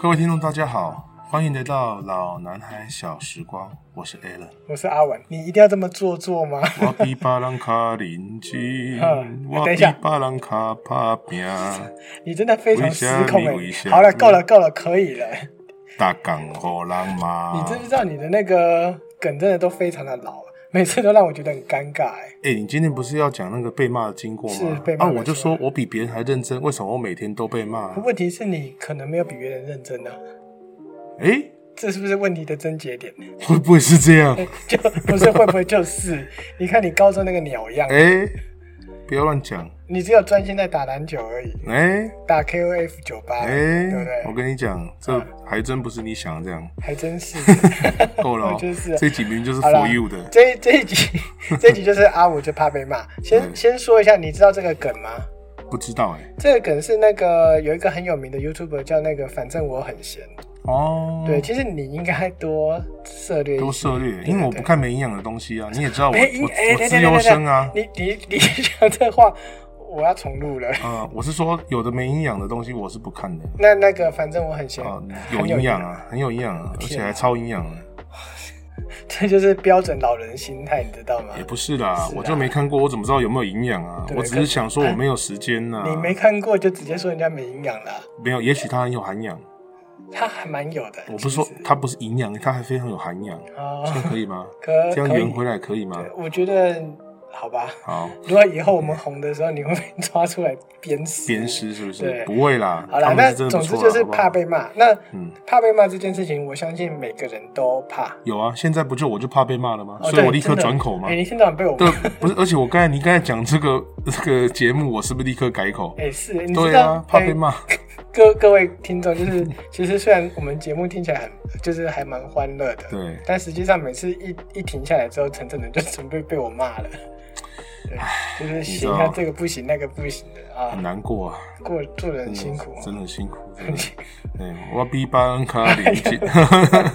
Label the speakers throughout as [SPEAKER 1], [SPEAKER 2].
[SPEAKER 1] 各位听众，大家好，欢迎来到《老男孩小时光》，我是 Alan。
[SPEAKER 2] 我是阿文，你一定要这么做作吗？
[SPEAKER 1] 我比巴朗卡邻居
[SPEAKER 2] 嗯，
[SPEAKER 1] 我
[SPEAKER 2] 等一
[SPEAKER 1] 比
[SPEAKER 2] 下
[SPEAKER 1] 巴朗卡怕拼，
[SPEAKER 2] 你真的非常失控哎、
[SPEAKER 1] 微笑
[SPEAKER 2] 好了，够了，够了，可以了。
[SPEAKER 1] 大港好浪嘛。
[SPEAKER 2] 你知不知道你的那个梗真的都非常的老，啊每次都让我觉得很尴尬哎、
[SPEAKER 1] 哎、你今天不是要讲那个被骂的经过吗？
[SPEAKER 2] 是被骂
[SPEAKER 1] 啊，
[SPEAKER 2] 的
[SPEAKER 1] 我就
[SPEAKER 2] 经过
[SPEAKER 1] 说我比别人还认真，为什么我每天都被骂？
[SPEAKER 2] 问题是你可能没有比别人认真呢、啊
[SPEAKER 1] 哎、
[SPEAKER 2] 这是不是问题的症结点？
[SPEAKER 1] 会不会是这样？
[SPEAKER 2] 就不是会不会就是？你看你高中那个鸟样，
[SPEAKER 1] 哎、不要乱讲。
[SPEAKER 2] 你只有专心在打篮球而已，
[SPEAKER 1] 哎、
[SPEAKER 2] 打 KOF 九八，
[SPEAKER 1] 哎、
[SPEAKER 2] 对不
[SPEAKER 1] 我
[SPEAKER 2] 对？啊
[SPEAKER 1] 跟你讲，这还真不是你想的 这样。
[SPEAKER 2] 还真是。
[SPEAKER 1] 够了、哦
[SPEAKER 2] 我觉得是啊
[SPEAKER 1] 这几名就是
[SPEAKER 2] 好啦
[SPEAKER 1] for you 的。
[SPEAKER 2] 这一这一集这一集就是阿五就怕被骂，
[SPEAKER 1] 嗯
[SPEAKER 2] 先先说一下，你知道这个梗吗？
[SPEAKER 1] 不知道哎、
[SPEAKER 2] 这个梗是那个有一个很有名的 YouTuber 叫那个，反正我很闲。
[SPEAKER 1] 哦，
[SPEAKER 2] 对，，其实你应该多涉猎一些，
[SPEAKER 1] 都涉猎，
[SPEAKER 2] 对
[SPEAKER 1] 因为我
[SPEAKER 2] 对
[SPEAKER 1] 不看没营养的东西啊。你也知道我我
[SPEAKER 2] 没因哎，
[SPEAKER 1] 我
[SPEAKER 2] 等
[SPEAKER 1] 我资
[SPEAKER 2] 等等
[SPEAKER 1] 优
[SPEAKER 2] 等
[SPEAKER 1] 生啊，
[SPEAKER 2] 你你你讲这话，我要重录了。
[SPEAKER 1] 啊、我是说有的没营养的东西我是不看的
[SPEAKER 2] 那那个，反正我很闲
[SPEAKER 1] 啊、，
[SPEAKER 2] 很
[SPEAKER 1] 有营养啊，很有营养啊，而且还超营养啊。
[SPEAKER 2] 营养， 这就是标准老人心态，你知道吗
[SPEAKER 1] 也？不是啦，
[SPEAKER 2] 是啊
[SPEAKER 1] 我就没看过，我怎么知道有没有营养啊？
[SPEAKER 2] 对
[SPEAKER 1] 我只是想说我没有时间呐、啊
[SPEAKER 2] 你没看过就直接说人家没营养了，
[SPEAKER 1] 没有，也许它很有涵养。
[SPEAKER 2] 他还蛮有的。
[SPEAKER 1] 我不
[SPEAKER 2] 其
[SPEAKER 1] 是说
[SPEAKER 2] 实
[SPEAKER 1] 它不是营养，它还非常有涵养，
[SPEAKER 2] 哦
[SPEAKER 1] 这样可以吗？
[SPEAKER 2] 可
[SPEAKER 1] 这样
[SPEAKER 2] 呃可以
[SPEAKER 1] 圆回来可以吗
[SPEAKER 2] 对？我觉得好吧。
[SPEAKER 1] 好，
[SPEAKER 2] 如果以后我们红的时候，你会被抓出来鞭尸。
[SPEAKER 1] 鞭尸是不是
[SPEAKER 2] 对？
[SPEAKER 1] 不会啦，
[SPEAKER 2] 好
[SPEAKER 1] 他
[SPEAKER 2] 啦，
[SPEAKER 1] 们
[SPEAKER 2] 那
[SPEAKER 1] 是真的
[SPEAKER 2] 总
[SPEAKER 1] 不
[SPEAKER 2] 之
[SPEAKER 1] 错啦啊
[SPEAKER 2] 就是
[SPEAKER 1] 好不好
[SPEAKER 2] 怕被骂。那
[SPEAKER 1] 嗯
[SPEAKER 2] 怕被骂这件事情，我相信每个人都怕。
[SPEAKER 1] 有啊，现在不就我就怕被骂了吗？
[SPEAKER 2] 哦
[SPEAKER 1] 所以
[SPEAKER 2] 对
[SPEAKER 1] 我立刻
[SPEAKER 2] 真的
[SPEAKER 1] 转口嘛
[SPEAKER 2] 哎、。你现在被我
[SPEAKER 1] 对
[SPEAKER 2] 骂，，
[SPEAKER 1] 不是，而且我刚才你刚才讲这个这个节目，我是不是立刻改口？
[SPEAKER 2] 哎、是，你知
[SPEAKER 1] 对
[SPEAKER 2] 道，
[SPEAKER 1] 啊，怕
[SPEAKER 2] 哎
[SPEAKER 1] 被骂。
[SPEAKER 2] 各各位听众，就是其实虽然我们节目听起来很，就是还蛮欢乐的，
[SPEAKER 1] 对
[SPEAKER 2] 但实际上每次一一停下来之后，晨晨的就准备被我骂了。对，就是
[SPEAKER 1] 知
[SPEAKER 2] 行，
[SPEAKER 1] 道
[SPEAKER 2] 那这个不行，那个不行的啊
[SPEAKER 1] 很，难过啊，
[SPEAKER 2] 过做人很辛苦、啊
[SPEAKER 1] 真的很辛苦。真的对，我逼巴恩卡邻居，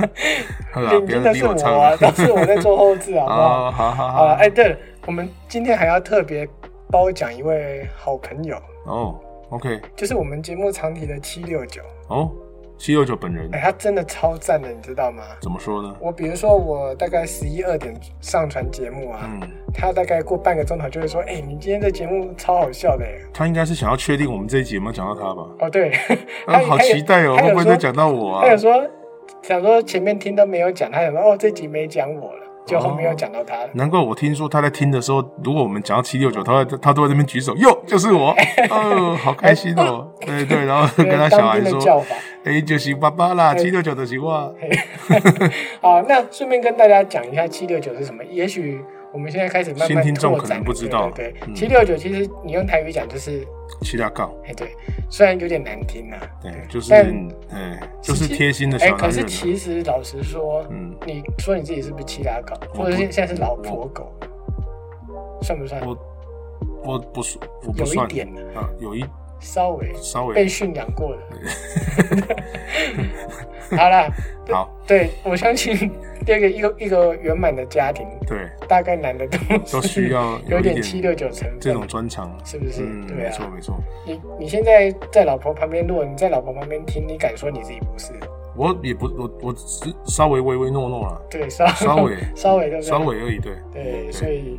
[SPEAKER 1] 好啦，
[SPEAKER 2] 领
[SPEAKER 1] 不
[SPEAKER 2] 真
[SPEAKER 1] 要
[SPEAKER 2] 的
[SPEAKER 1] 逼
[SPEAKER 2] 是
[SPEAKER 1] 我唱
[SPEAKER 2] 我啊，
[SPEAKER 1] 了。
[SPEAKER 2] 都是我在做后 置，好不好？
[SPEAKER 1] 哦，好好
[SPEAKER 2] 啊，
[SPEAKER 1] 好
[SPEAKER 2] 哎、。对了，我们今天还要特别褒奖一位好朋友，
[SPEAKER 1] 哦，OK，
[SPEAKER 2] 就是我们节目常提的七六九，
[SPEAKER 1] 哦，七六九本人
[SPEAKER 2] 哎，他真的超赞的，你知道吗？
[SPEAKER 1] 怎么说呢？
[SPEAKER 2] 我比如说我大概十一二点上传节目啊，
[SPEAKER 1] 嗯，
[SPEAKER 2] 他大概过半个钟头就会说，哎、你今天这节目超好笑的耶。
[SPEAKER 1] 他应该是想要确定我们这一集有没有讲到他吧？
[SPEAKER 2] 哦，对，
[SPEAKER 1] 啊
[SPEAKER 2] 他，
[SPEAKER 1] 好期待哦，
[SPEAKER 2] 他
[SPEAKER 1] 会
[SPEAKER 2] 有
[SPEAKER 1] 不会
[SPEAKER 2] 说
[SPEAKER 1] 再讲到我啊
[SPEAKER 2] 他？有说，想说前面听都没有讲，他想说哦这集没讲我了，就后
[SPEAKER 1] 哦
[SPEAKER 2] 面又讲到他了。
[SPEAKER 1] 难怪我听说他在听的时候，如果我们讲到七六九，他会他都会在那边举手，哟，就是 我，哦，好开心哦，对对，然后
[SPEAKER 2] 因
[SPEAKER 1] 跟他
[SPEAKER 2] 为
[SPEAKER 1] 小
[SPEAKER 2] 当
[SPEAKER 1] 孩
[SPEAKER 2] 兵的
[SPEAKER 1] 说
[SPEAKER 2] 叫，法，
[SPEAKER 1] 哎，就是爸爸啦，七六九的是我，
[SPEAKER 2] 好，那顺便跟大家讲一下七六九是什么。也许我们现在开始慢
[SPEAKER 1] 新
[SPEAKER 2] 慢
[SPEAKER 1] 听众
[SPEAKER 2] 拓
[SPEAKER 1] 可
[SPEAKER 2] 展
[SPEAKER 1] 能
[SPEAKER 2] 了，
[SPEAKER 1] 不知道
[SPEAKER 2] 对对
[SPEAKER 1] 嗯
[SPEAKER 2] 对，七六九其实你用台语讲就是，
[SPEAKER 1] 七大告，
[SPEAKER 2] 哎、对，虽然有点难听呐、啊，
[SPEAKER 1] 对，就是
[SPEAKER 2] 但
[SPEAKER 1] 哎，就是
[SPEAKER 2] 其实
[SPEAKER 1] 贴心的
[SPEAKER 2] 哎、
[SPEAKER 1] 小男
[SPEAKER 2] 可是
[SPEAKER 1] 人啊，
[SPEAKER 2] 其实老实说，
[SPEAKER 1] 嗯，
[SPEAKER 2] 你说你自己是不是七大狗，
[SPEAKER 1] 我不
[SPEAKER 2] 或者是现在是老婆狗，算不算？
[SPEAKER 1] 我我不算，我不
[SPEAKER 2] 有一
[SPEAKER 1] 算
[SPEAKER 2] 点啊，
[SPEAKER 1] 啊，有一
[SPEAKER 2] 稍微
[SPEAKER 1] 稍
[SPEAKER 2] 被
[SPEAKER 1] 微
[SPEAKER 2] 驯养 过的。 好啦，
[SPEAKER 1] 好，
[SPEAKER 2] 对我相信 这个一个一个圆满的家庭，
[SPEAKER 1] 对，
[SPEAKER 2] 大概男的都
[SPEAKER 1] 都
[SPEAKER 2] 是
[SPEAKER 1] 需要有
[SPEAKER 2] 有
[SPEAKER 1] 一
[SPEAKER 2] 点七
[SPEAKER 1] 点
[SPEAKER 2] 六九成分，
[SPEAKER 1] 这种专长，
[SPEAKER 2] 是不是？
[SPEAKER 1] 嗯，
[SPEAKER 2] 对
[SPEAKER 1] 没错
[SPEAKER 2] 啊，
[SPEAKER 1] 没错，
[SPEAKER 2] 你你现在在老婆旁边，如果你在老婆旁边听，你敢说你自己不是？
[SPEAKER 1] 我也不我我只稍微唯唯诺诺 啦，
[SPEAKER 2] 对，稍
[SPEAKER 1] 稍微
[SPEAKER 2] 稍微对啊不对？
[SPEAKER 1] 稍微而已，对，
[SPEAKER 2] 对，所以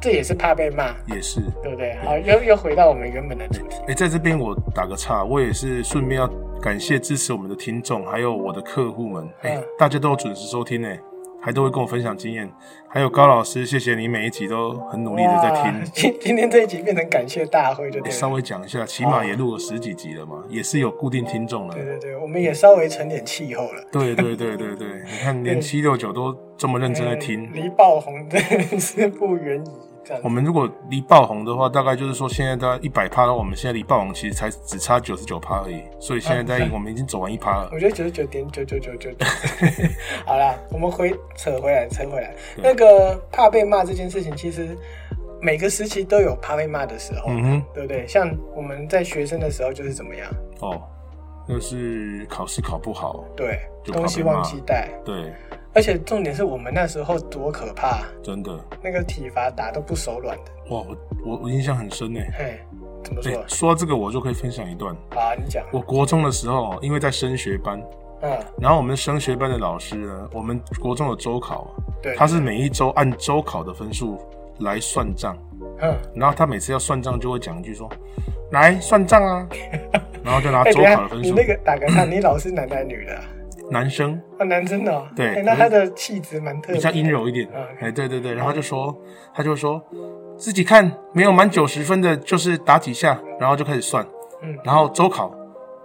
[SPEAKER 2] 这也是怕被骂，
[SPEAKER 1] 也是。
[SPEAKER 2] 对
[SPEAKER 1] 嗯
[SPEAKER 2] 不对？好，又又回到我们原本的主题，
[SPEAKER 1] 哎、在这边我打个岔，我也是顺便要感谢支持我们的听众，还有我的客户们，哎、
[SPEAKER 2] 嗯
[SPEAKER 1] 大家都有准时收听呢、还都会跟我分享经验，还有高老师，谢谢你每一集都很努力的在听。
[SPEAKER 2] 哇今今天这一集变成感谢大会，就
[SPEAKER 1] 哎
[SPEAKER 2] 对
[SPEAKER 1] 稍
[SPEAKER 2] 了。
[SPEAKER 1] 微讲一下，起码也录了十几集了嘛，也是有固定听众了
[SPEAKER 2] 对。对对，我们也稍微存点气候了。
[SPEAKER 1] 对对对对对，你看连七六九都这么认真在听
[SPEAKER 2] 嗯，离爆红真的是不远矣。这样
[SPEAKER 1] 我们如果离爆红的话，大概就是说现在大概一百趴，我们现在离爆红其实才只差九十九趴而已，所以现在
[SPEAKER 2] 嗯
[SPEAKER 1] 在我们已经走完一趴了。
[SPEAKER 2] 我觉得九十九点九九九九九。好啦，我们回扯回来，扯回来。
[SPEAKER 1] 嗯
[SPEAKER 2] 那个怕被骂这件事情，其实每个时期都有怕被骂的时候，
[SPEAKER 1] 嗯哼。
[SPEAKER 2] 对不对？像我们在学生的时候就是怎么样，
[SPEAKER 1] 哦，就是考试考不好，
[SPEAKER 2] 对，
[SPEAKER 1] 就怕被骂
[SPEAKER 2] 东西忘记带，
[SPEAKER 1] 对，
[SPEAKER 2] 而且重点是我们那时候多可怕，
[SPEAKER 1] 真的，
[SPEAKER 2] 那个体罚打都不手软的，
[SPEAKER 1] 哇，我我我印象很深呢。
[SPEAKER 2] 嘿，怎么说
[SPEAKER 1] 对，说到这个我就可以分享一段。
[SPEAKER 2] 啊？你讲，
[SPEAKER 1] 我国中的时候，因为在升学班，
[SPEAKER 2] 嗯，
[SPEAKER 1] 然后我们升学班的老师呢，我们国中有周考嘛，啊
[SPEAKER 2] 对，
[SPEAKER 1] 他是每一周按周考的分数来算账，
[SPEAKER 2] 嗯，
[SPEAKER 1] 然后他每次要算账就会讲一句说：“来算账啊！” 然后就拿
[SPEAKER 2] 哎，
[SPEAKER 1] 周
[SPEAKER 2] 等一
[SPEAKER 1] 考
[SPEAKER 2] 下
[SPEAKER 1] 的，分
[SPEAKER 2] 你
[SPEAKER 1] 数，
[SPEAKER 2] 那个打个岔，你老师男的还是女的 啊？
[SPEAKER 1] 男生
[SPEAKER 2] 啊，男生的哦，
[SPEAKER 1] 对
[SPEAKER 2] 哎那他的气质蛮特别，
[SPEAKER 1] 比较阴，柔一点
[SPEAKER 2] 嗯，
[SPEAKER 1] 哎，对对对，然后就说，他就说自己看没有满九十分的，就是打几下，然后就开始算，
[SPEAKER 2] 嗯
[SPEAKER 1] 然后周考，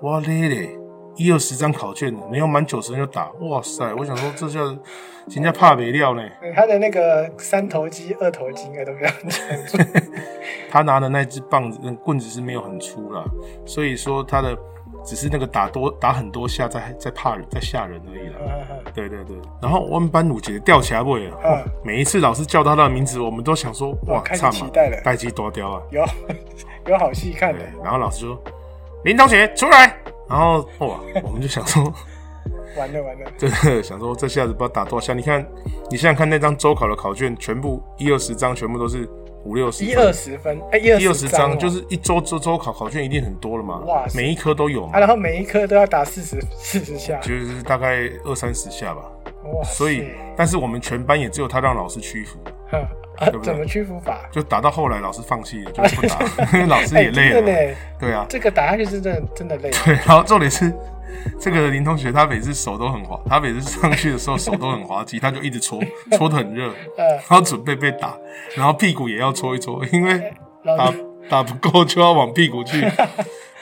[SPEAKER 1] 哇嘞嘞，一二十张考卷没有满九十分就打，哇塞，我想说这叫人家怕没料呢，
[SPEAKER 2] 对他的那个三头肌、二头肌应该都非常强，
[SPEAKER 1] 他拿的那只棒子、那棍子是没有很粗啦，所以说他的只是那个打多打很多下在在怕人在吓人而已啦。
[SPEAKER 2] 嗯嗯
[SPEAKER 1] 对对对，然后我们班五杰吊起来啊位了，
[SPEAKER 2] 嗯，
[SPEAKER 1] 每一次老师叫到他的名字，我们都想说哇，
[SPEAKER 2] 哦开始
[SPEAKER 1] 差
[SPEAKER 2] 期
[SPEAKER 1] 嘛
[SPEAKER 2] 待了，
[SPEAKER 1] 待机多雕啊！
[SPEAKER 2] 有有好戏看的
[SPEAKER 1] 对，，然后老师说林同学出来，然后 哇，我们就想说，
[SPEAKER 2] 完了完了，
[SPEAKER 1] 真的想说这下子不知道打多少下。你看，你想想看，那张周考的考卷全部一二十张，全部都是五六十
[SPEAKER 2] 一
[SPEAKER 1] 分，
[SPEAKER 2] 二十分，哎，一
[SPEAKER 1] 一
[SPEAKER 2] 二
[SPEAKER 1] 二十
[SPEAKER 2] 十张哦
[SPEAKER 1] 张，就是一周周周考考卷一定很多了嘛，
[SPEAKER 2] 哇塞
[SPEAKER 1] 每一科都有嘛
[SPEAKER 2] 啊，，然后每一颗都要打四十四十下，
[SPEAKER 1] 就是大概二三十下吧。
[SPEAKER 2] 哇塞，
[SPEAKER 1] 所以，但是我们全班也只有他让老师屈服，
[SPEAKER 2] 嗯啊
[SPEAKER 1] 对不，对
[SPEAKER 2] 怎么屈服法？
[SPEAKER 1] 就打到后来老师放弃了，就不 打了，因为老师也累
[SPEAKER 2] 哎
[SPEAKER 1] 了。
[SPEAKER 2] 真的呢，
[SPEAKER 1] 对啊，
[SPEAKER 2] 这个打下去是真的真的累，
[SPEAKER 1] 对，然后重点是，这个林同学他每次手都很滑，他每次上去的时候手都很滑稽，他就一直搓，搓得很热，
[SPEAKER 2] 呃，
[SPEAKER 1] 然后准备被打，然后屁股也要搓一搓，因为
[SPEAKER 2] 老
[SPEAKER 1] 打
[SPEAKER 2] 师，
[SPEAKER 1] 打不够就要往屁股 去，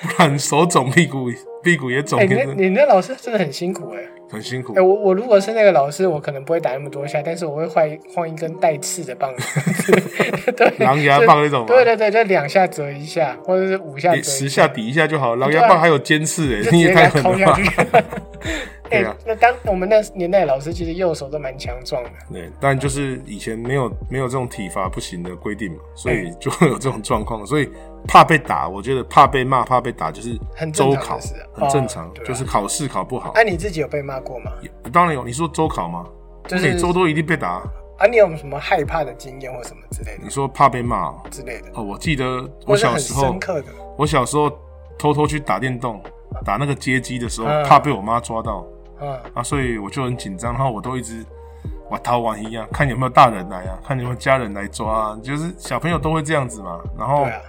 [SPEAKER 1] 不然手肿屁股屁股也肿，
[SPEAKER 2] 哎，
[SPEAKER 1] 也
[SPEAKER 2] 你那
[SPEAKER 1] 是
[SPEAKER 2] 你那老师真的很辛苦哎。
[SPEAKER 1] 很辛苦
[SPEAKER 2] 哎、。我我如果是那个老师，我可能不会打那么多下，但是我会换一换一根带刺的棒子， 对，
[SPEAKER 1] 狼牙棒那种吗
[SPEAKER 2] 就对对对，就两下折一下，或者是五下折
[SPEAKER 1] 你
[SPEAKER 2] 一下
[SPEAKER 1] 十下抵 一下就好，狼
[SPEAKER 2] 对啊
[SPEAKER 1] 牙棒还有尖刺哎、你
[SPEAKER 2] 就直接
[SPEAKER 1] 也
[SPEAKER 2] 给
[SPEAKER 1] 太
[SPEAKER 2] 他
[SPEAKER 1] 狠
[SPEAKER 2] 敲
[SPEAKER 1] 了
[SPEAKER 2] 下
[SPEAKER 1] 吧。
[SPEAKER 2] 去！哎、
[SPEAKER 1] 对啊
[SPEAKER 2] 那当我们那年代老师其实右手都蛮强壮的，
[SPEAKER 1] 对，但
[SPEAKER 2] 嗯
[SPEAKER 1] 就是以前没有没有这种体罚不行的规定嘛，所
[SPEAKER 2] 哎
[SPEAKER 1] 以就会有这种状况，所以怕被打，我觉得怕被骂、怕被打就是
[SPEAKER 2] 很正
[SPEAKER 1] 周
[SPEAKER 2] 常
[SPEAKER 1] 考
[SPEAKER 2] 的事啊
[SPEAKER 1] 很正常
[SPEAKER 2] 哦，对啊
[SPEAKER 1] 就是考试考不好
[SPEAKER 2] 哎、，你自己有被骂过吗？
[SPEAKER 1] 也当然有。你说周考吗？
[SPEAKER 2] 就是
[SPEAKER 1] 每周都一定被打。
[SPEAKER 2] 啊，你有什么害怕的经验或什么之类的
[SPEAKER 1] 你说怕被骂哦？
[SPEAKER 2] 之类的，
[SPEAKER 1] 哦我记得
[SPEAKER 2] 或
[SPEAKER 1] 我
[SPEAKER 2] 是
[SPEAKER 1] 小
[SPEAKER 2] 很
[SPEAKER 1] 时候
[SPEAKER 2] 深，刻的，
[SPEAKER 1] 我小时候偷偷去打电动，打那个街机的时候
[SPEAKER 2] 嗯，
[SPEAKER 1] 怕被我妈抓到
[SPEAKER 2] 嗯，
[SPEAKER 1] 啊，所以我就很紧张，然后我都一直。我逃完一样，看有没有大人来啊，看有没有家人来抓啊，就是小朋友都会这样子嘛。然后
[SPEAKER 2] 对啊，
[SPEAKER 1] 哦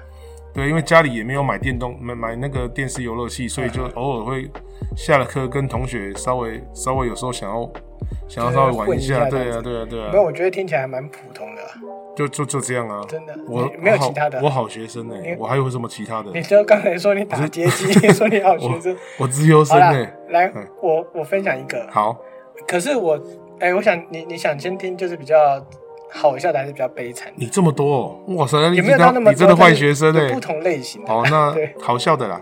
[SPEAKER 1] 对，因为家里也没有买电动，买买那个电视游乐器，所以就偶尔会下了课跟同学稍微稍微有时候想要想要稍微玩一下，
[SPEAKER 2] 就是混一
[SPEAKER 1] 对
[SPEAKER 2] 下
[SPEAKER 1] 啊，对啊，对
[SPEAKER 2] 没有，
[SPEAKER 1] 啊，
[SPEAKER 2] 我觉得听起来还蛮普通的啊、
[SPEAKER 1] 就就就这样啊，
[SPEAKER 2] 真的
[SPEAKER 1] 我
[SPEAKER 2] 没有
[SPEAKER 1] 我好
[SPEAKER 2] 其他的
[SPEAKER 1] 我好学生哎
[SPEAKER 2] 你，
[SPEAKER 1] 我还有什么其他的
[SPEAKER 2] 你？就刚才说你打街机， 你说你好学生，
[SPEAKER 1] 我自由
[SPEAKER 2] 好
[SPEAKER 1] 生
[SPEAKER 2] 啦
[SPEAKER 1] 哎，，
[SPEAKER 2] 来
[SPEAKER 1] 嗯，
[SPEAKER 2] 我我分享一个。
[SPEAKER 1] 好，
[SPEAKER 2] 可是我，哎、我想你你想先听，就是比较好笑的，还是比较悲惨的？
[SPEAKER 1] 你这么多哦，哇塞，那你
[SPEAKER 2] 也没有
[SPEAKER 1] 真
[SPEAKER 2] 到
[SPEAKER 1] 的
[SPEAKER 2] 那么
[SPEAKER 1] 你真
[SPEAKER 2] 多
[SPEAKER 1] 的
[SPEAKER 2] 但
[SPEAKER 1] 坏
[SPEAKER 2] 是
[SPEAKER 1] 学生
[SPEAKER 2] 有
[SPEAKER 1] 哎
[SPEAKER 2] 不，同类型的。
[SPEAKER 1] 哦，
[SPEAKER 2] 对
[SPEAKER 1] 那好笑的啦，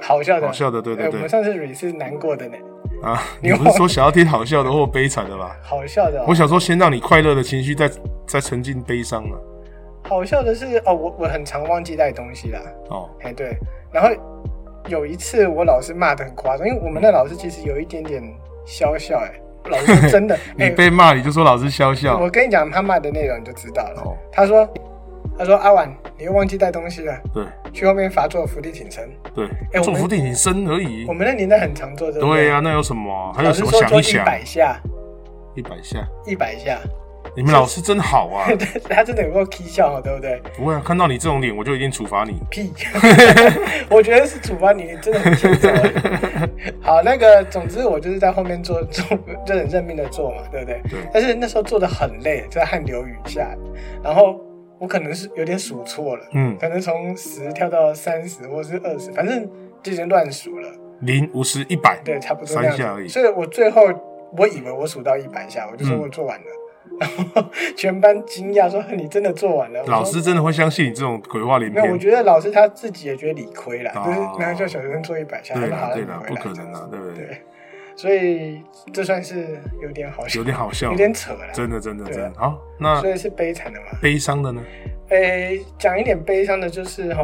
[SPEAKER 2] 好笑的，
[SPEAKER 1] 好笑的对对
[SPEAKER 2] 哎
[SPEAKER 1] 对
[SPEAKER 2] 我们上次 re 是难过的呢，
[SPEAKER 1] 啊，
[SPEAKER 2] 你
[SPEAKER 1] 你不
[SPEAKER 2] 忘
[SPEAKER 1] 是说想要听好笑的或悲惨的吧？
[SPEAKER 2] 好笑的哦、
[SPEAKER 1] 我想说先让你快乐的情绪再再沉浸悲伤了，
[SPEAKER 2] 好笑的是哦，我我很常忘记带东西啦。
[SPEAKER 1] 哦，
[SPEAKER 2] 哎、对，然后有一次我老师骂的很夸张，因为我
[SPEAKER 1] 嗯
[SPEAKER 2] 们那老师其实有一点点笑笑、 哎，老师真的，
[SPEAKER 1] 你
[SPEAKER 2] 哎
[SPEAKER 1] 被骂你就说老师笑笑
[SPEAKER 2] 我，跟你讲他骂的内容你就知道了。
[SPEAKER 1] 哦
[SPEAKER 2] 他说，他说阿婉，你又忘记带东西了，
[SPEAKER 1] 对。
[SPEAKER 2] 去后面罚坐伏地挺身。
[SPEAKER 1] 对
[SPEAKER 2] 哎，我
[SPEAKER 1] 做
[SPEAKER 2] 们
[SPEAKER 1] 伏地挺身而已
[SPEAKER 2] 我。们那年代很常做这个。
[SPEAKER 1] 对呀、那有什么啊？还有
[SPEAKER 2] 老
[SPEAKER 1] 什
[SPEAKER 2] 师
[SPEAKER 1] 么
[SPEAKER 2] 说
[SPEAKER 1] 想
[SPEAKER 2] 做
[SPEAKER 1] 一
[SPEAKER 2] 一
[SPEAKER 1] 想，
[SPEAKER 2] 百下，
[SPEAKER 1] 一百下。
[SPEAKER 2] 一百下，
[SPEAKER 1] 你们老师真好啊！
[SPEAKER 2] 他真的有够 k 笑哦，对不对？
[SPEAKER 1] 不会啊，看到你这种脸，我就一定处罚 你。
[SPEAKER 2] 屁，我觉得是主办你真的很欠 揍。啊好，那个，总之我就是在后面做做，就很认命的做嘛，对不对？
[SPEAKER 1] 对
[SPEAKER 2] 但是那时候做的很累，就在汗流雨下，然后我可能是有点数错了，
[SPEAKER 1] 嗯
[SPEAKER 2] 可能从十跳到三十或是二十，反正就已经乱数了，
[SPEAKER 1] 零、五十、一百，
[SPEAKER 2] 对，差不多
[SPEAKER 1] 三
[SPEAKER 2] 那样子
[SPEAKER 1] 下而已
[SPEAKER 2] 所以我最后我以为我数到一百下，我就说
[SPEAKER 1] 嗯
[SPEAKER 2] 我做完了，然后 全班惊讶说：“你真的做完了？”我说
[SPEAKER 1] 老师真的会相信你这种鬼话连
[SPEAKER 2] 没有，我
[SPEAKER 1] 篇？
[SPEAKER 2] 觉得老师他自己也觉得理亏啦，
[SPEAKER 1] 哦
[SPEAKER 2] 就是然后叫小学生做一百下，
[SPEAKER 1] 对
[SPEAKER 2] 他
[SPEAKER 1] 啦，
[SPEAKER 2] 把
[SPEAKER 1] 对
[SPEAKER 2] 他
[SPEAKER 1] 啦，
[SPEAKER 2] 回
[SPEAKER 1] 不
[SPEAKER 2] 来
[SPEAKER 1] 可能啊，对不对？
[SPEAKER 2] 对，所以这算是有点好笑，
[SPEAKER 1] 有点好笑
[SPEAKER 2] 有，点扯了，
[SPEAKER 1] 真的，真的，
[SPEAKER 2] 对啊
[SPEAKER 1] 真的。好，那
[SPEAKER 2] 所以是悲惨的嘛。
[SPEAKER 1] 悲伤的呢？
[SPEAKER 2] 诶，讲一点悲伤的，就是哈，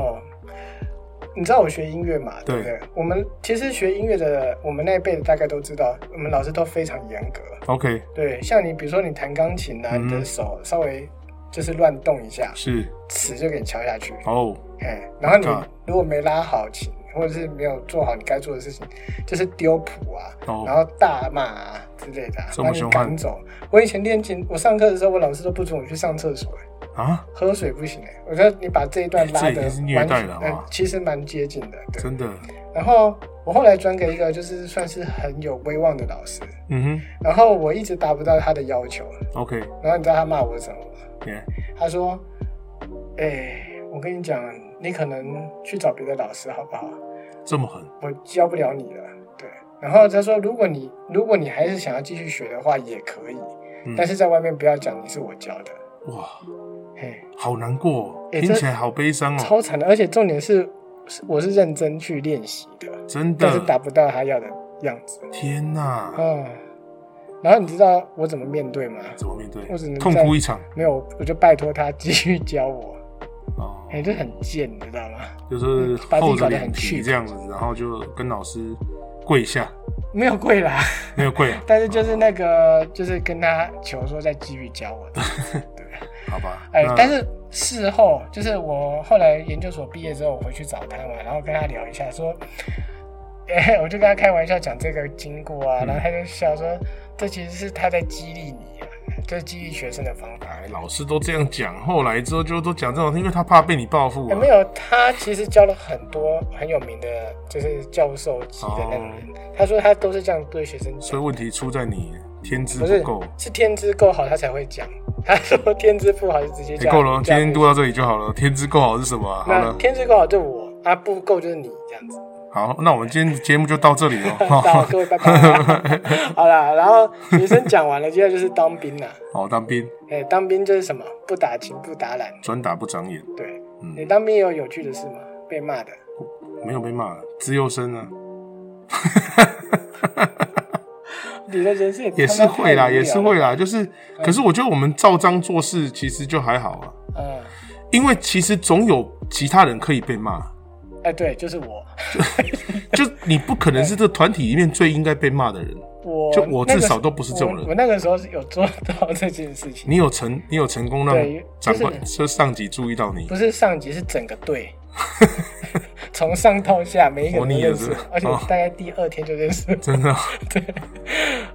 [SPEAKER 2] 你知道我学音乐嘛，对不对？我们其实学音乐的，我们那一辈的大概都知道，我们老师都非常严格。
[SPEAKER 1] OK，
[SPEAKER 2] 对，像你，比如说你弹钢琴啊，
[SPEAKER 1] 嗯
[SPEAKER 2] 你的手稍微就是乱动一下，
[SPEAKER 1] 是
[SPEAKER 2] 尺就给你敲下去，
[SPEAKER 1] 哦，
[SPEAKER 2] 哎、然后你
[SPEAKER 1] God
[SPEAKER 2] 如果没拉好琴，或者是没有做好你该做的事情，就是丢谱啊，
[SPEAKER 1] 哦
[SPEAKER 2] 然后大骂啊之类的啊，
[SPEAKER 1] 这
[SPEAKER 2] 把
[SPEAKER 1] 么
[SPEAKER 2] 你
[SPEAKER 1] 凶悍
[SPEAKER 2] 赶走。我以前练琴，我上课的时候，我老师都不准我去上厕所、哎
[SPEAKER 1] 啊，
[SPEAKER 2] 喝水不行哎、我觉得你把这一段拉
[SPEAKER 1] 这已
[SPEAKER 2] 的
[SPEAKER 1] 经是虐
[SPEAKER 2] 完
[SPEAKER 1] 待
[SPEAKER 2] 全
[SPEAKER 1] 了，
[SPEAKER 2] 呃
[SPEAKER 1] 吧
[SPEAKER 2] 其实蛮接近的。对，
[SPEAKER 1] 真的，
[SPEAKER 2] 然后我后来转给一个就是算是很有威望的老师，
[SPEAKER 1] 嗯
[SPEAKER 2] 然后我一直达不到他的要求，
[SPEAKER 1] 哼，OK，
[SPEAKER 2] 然后你知道他骂我什么吗？
[SPEAKER 1] 耶，
[SPEAKER 2] 他说：“哎、我跟你讲，你可能去找别的老师好不好？
[SPEAKER 1] 这么狠，
[SPEAKER 2] 我教不了你了。”对。然后他说：“如果你如果你还是想要继续学的话，也可以，
[SPEAKER 1] 嗯
[SPEAKER 2] 但是在外面不要讲你是我教的。
[SPEAKER 1] 哇，”
[SPEAKER 2] 嘿，
[SPEAKER 1] 好难过哦，
[SPEAKER 2] 哎
[SPEAKER 1] 听
[SPEAKER 2] 这
[SPEAKER 1] 起来好悲伤哦，
[SPEAKER 2] 超惨的，而且重点是，是我是认真去练习的，
[SPEAKER 1] 真
[SPEAKER 2] 但是达
[SPEAKER 1] 的，
[SPEAKER 2] 不到他要的样子
[SPEAKER 1] 天
[SPEAKER 2] 啊、
[SPEAKER 1] 哪，
[SPEAKER 2] 然后你知道我怎么面对吗？
[SPEAKER 1] 怎么面对
[SPEAKER 2] 我只能？
[SPEAKER 1] 痛
[SPEAKER 2] 在
[SPEAKER 1] 哭一场
[SPEAKER 2] 没有，我就拜托他继续教我。
[SPEAKER 1] 哦，
[SPEAKER 2] 哎、这很贱，你知道吗？
[SPEAKER 1] 就是
[SPEAKER 2] 把自己
[SPEAKER 1] 厚着
[SPEAKER 2] 搞得
[SPEAKER 1] 脸
[SPEAKER 2] 很
[SPEAKER 1] 皮
[SPEAKER 2] 气
[SPEAKER 1] 这样子，然后就跟老师跪下，
[SPEAKER 2] 没有跪啦，
[SPEAKER 1] 没有跪啊，
[SPEAKER 2] 但是就是那个，就是跟他求说再继续教我。 对，
[SPEAKER 1] 好吧，
[SPEAKER 2] 哎、
[SPEAKER 1] 那
[SPEAKER 2] 但是事后就是我后来研究所毕业之后，我回去找他嘛，然后跟他聊一下说， 哎、我就跟他开玩笑讲这个经过啊，
[SPEAKER 1] 嗯
[SPEAKER 2] 然后他就笑说，这其实是他在激励你、啊，就是激励学生的方法。
[SPEAKER 1] 哎，老师都这样讲，后来之后就都讲这种，因为他怕被你报复
[SPEAKER 2] 有
[SPEAKER 1] 啊
[SPEAKER 2] 哎没。有，他其实教了很多很有名的，就是教授级的那种人。他说他都是这样对学生
[SPEAKER 1] 哦所以
[SPEAKER 2] 讲，
[SPEAKER 1] 问题出在你天资
[SPEAKER 2] 不是
[SPEAKER 1] 不够。
[SPEAKER 2] 是天资够好他才会讲。 他说天资不好就直接
[SPEAKER 1] 也
[SPEAKER 2] 叫
[SPEAKER 1] 够了，今
[SPEAKER 2] 叫
[SPEAKER 1] 天录到这里就好了。天资够好是什么啊、好
[SPEAKER 2] 那
[SPEAKER 1] 了，
[SPEAKER 2] 天资够好就我，啊不够就是你 这样子。
[SPEAKER 1] 好，那我们今天节目就到这里哦 了。
[SPEAKER 2] 好，各位拜拜。好啦，然后学生讲完了，接下来就是当兵啦。
[SPEAKER 1] 好，当兵
[SPEAKER 2] 哎、当兵就是什么？不打勤，不打懒。
[SPEAKER 1] 转打不长眼，
[SPEAKER 2] 对，
[SPEAKER 1] 嗯
[SPEAKER 2] 你当兵有有趣的事吗？被骂的，
[SPEAKER 1] 没有被骂，自幼生啊，
[SPEAKER 2] 你的人生也
[SPEAKER 1] 也
[SPEAKER 2] 他妈
[SPEAKER 1] 是会啦，
[SPEAKER 2] 太无聊
[SPEAKER 1] 也是会
[SPEAKER 2] 了。嗯
[SPEAKER 1] 啦。就是，可是我觉得我们照章做事其实就还好啊，
[SPEAKER 2] 嗯，
[SPEAKER 1] 因为其实总有其他人可以被骂，
[SPEAKER 2] 哎、对，就是我，
[SPEAKER 1] 就你不可能是这团体里面最应该被骂的 人。
[SPEAKER 2] 我
[SPEAKER 1] 就我
[SPEAKER 2] 那个
[SPEAKER 1] 至少
[SPEAKER 2] 时
[SPEAKER 1] 都不是这种人
[SPEAKER 2] 我我那个时候是有做到这件事情，
[SPEAKER 1] 你有成，你有成功让
[SPEAKER 2] 对
[SPEAKER 1] 长官、
[SPEAKER 2] 就
[SPEAKER 1] 就上级注意到你
[SPEAKER 2] 不，是上级，是整个队。 从上到下，每一个
[SPEAKER 1] 哦
[SPEAKER 2] 人
[SPEAKER 1] 你
[SPEAKER 2] 都
[SPEAKER 1] 也
[SPEAKER 2] 认识
[SPEAKER 1] 是
[SPEAKER 2] 我，而且我
[SPEAKER 1] 哦
[SPEAKER 2] 大概第二天就认识我。
[SPEAKER 1] 真的
[SPEAKER 2] 对，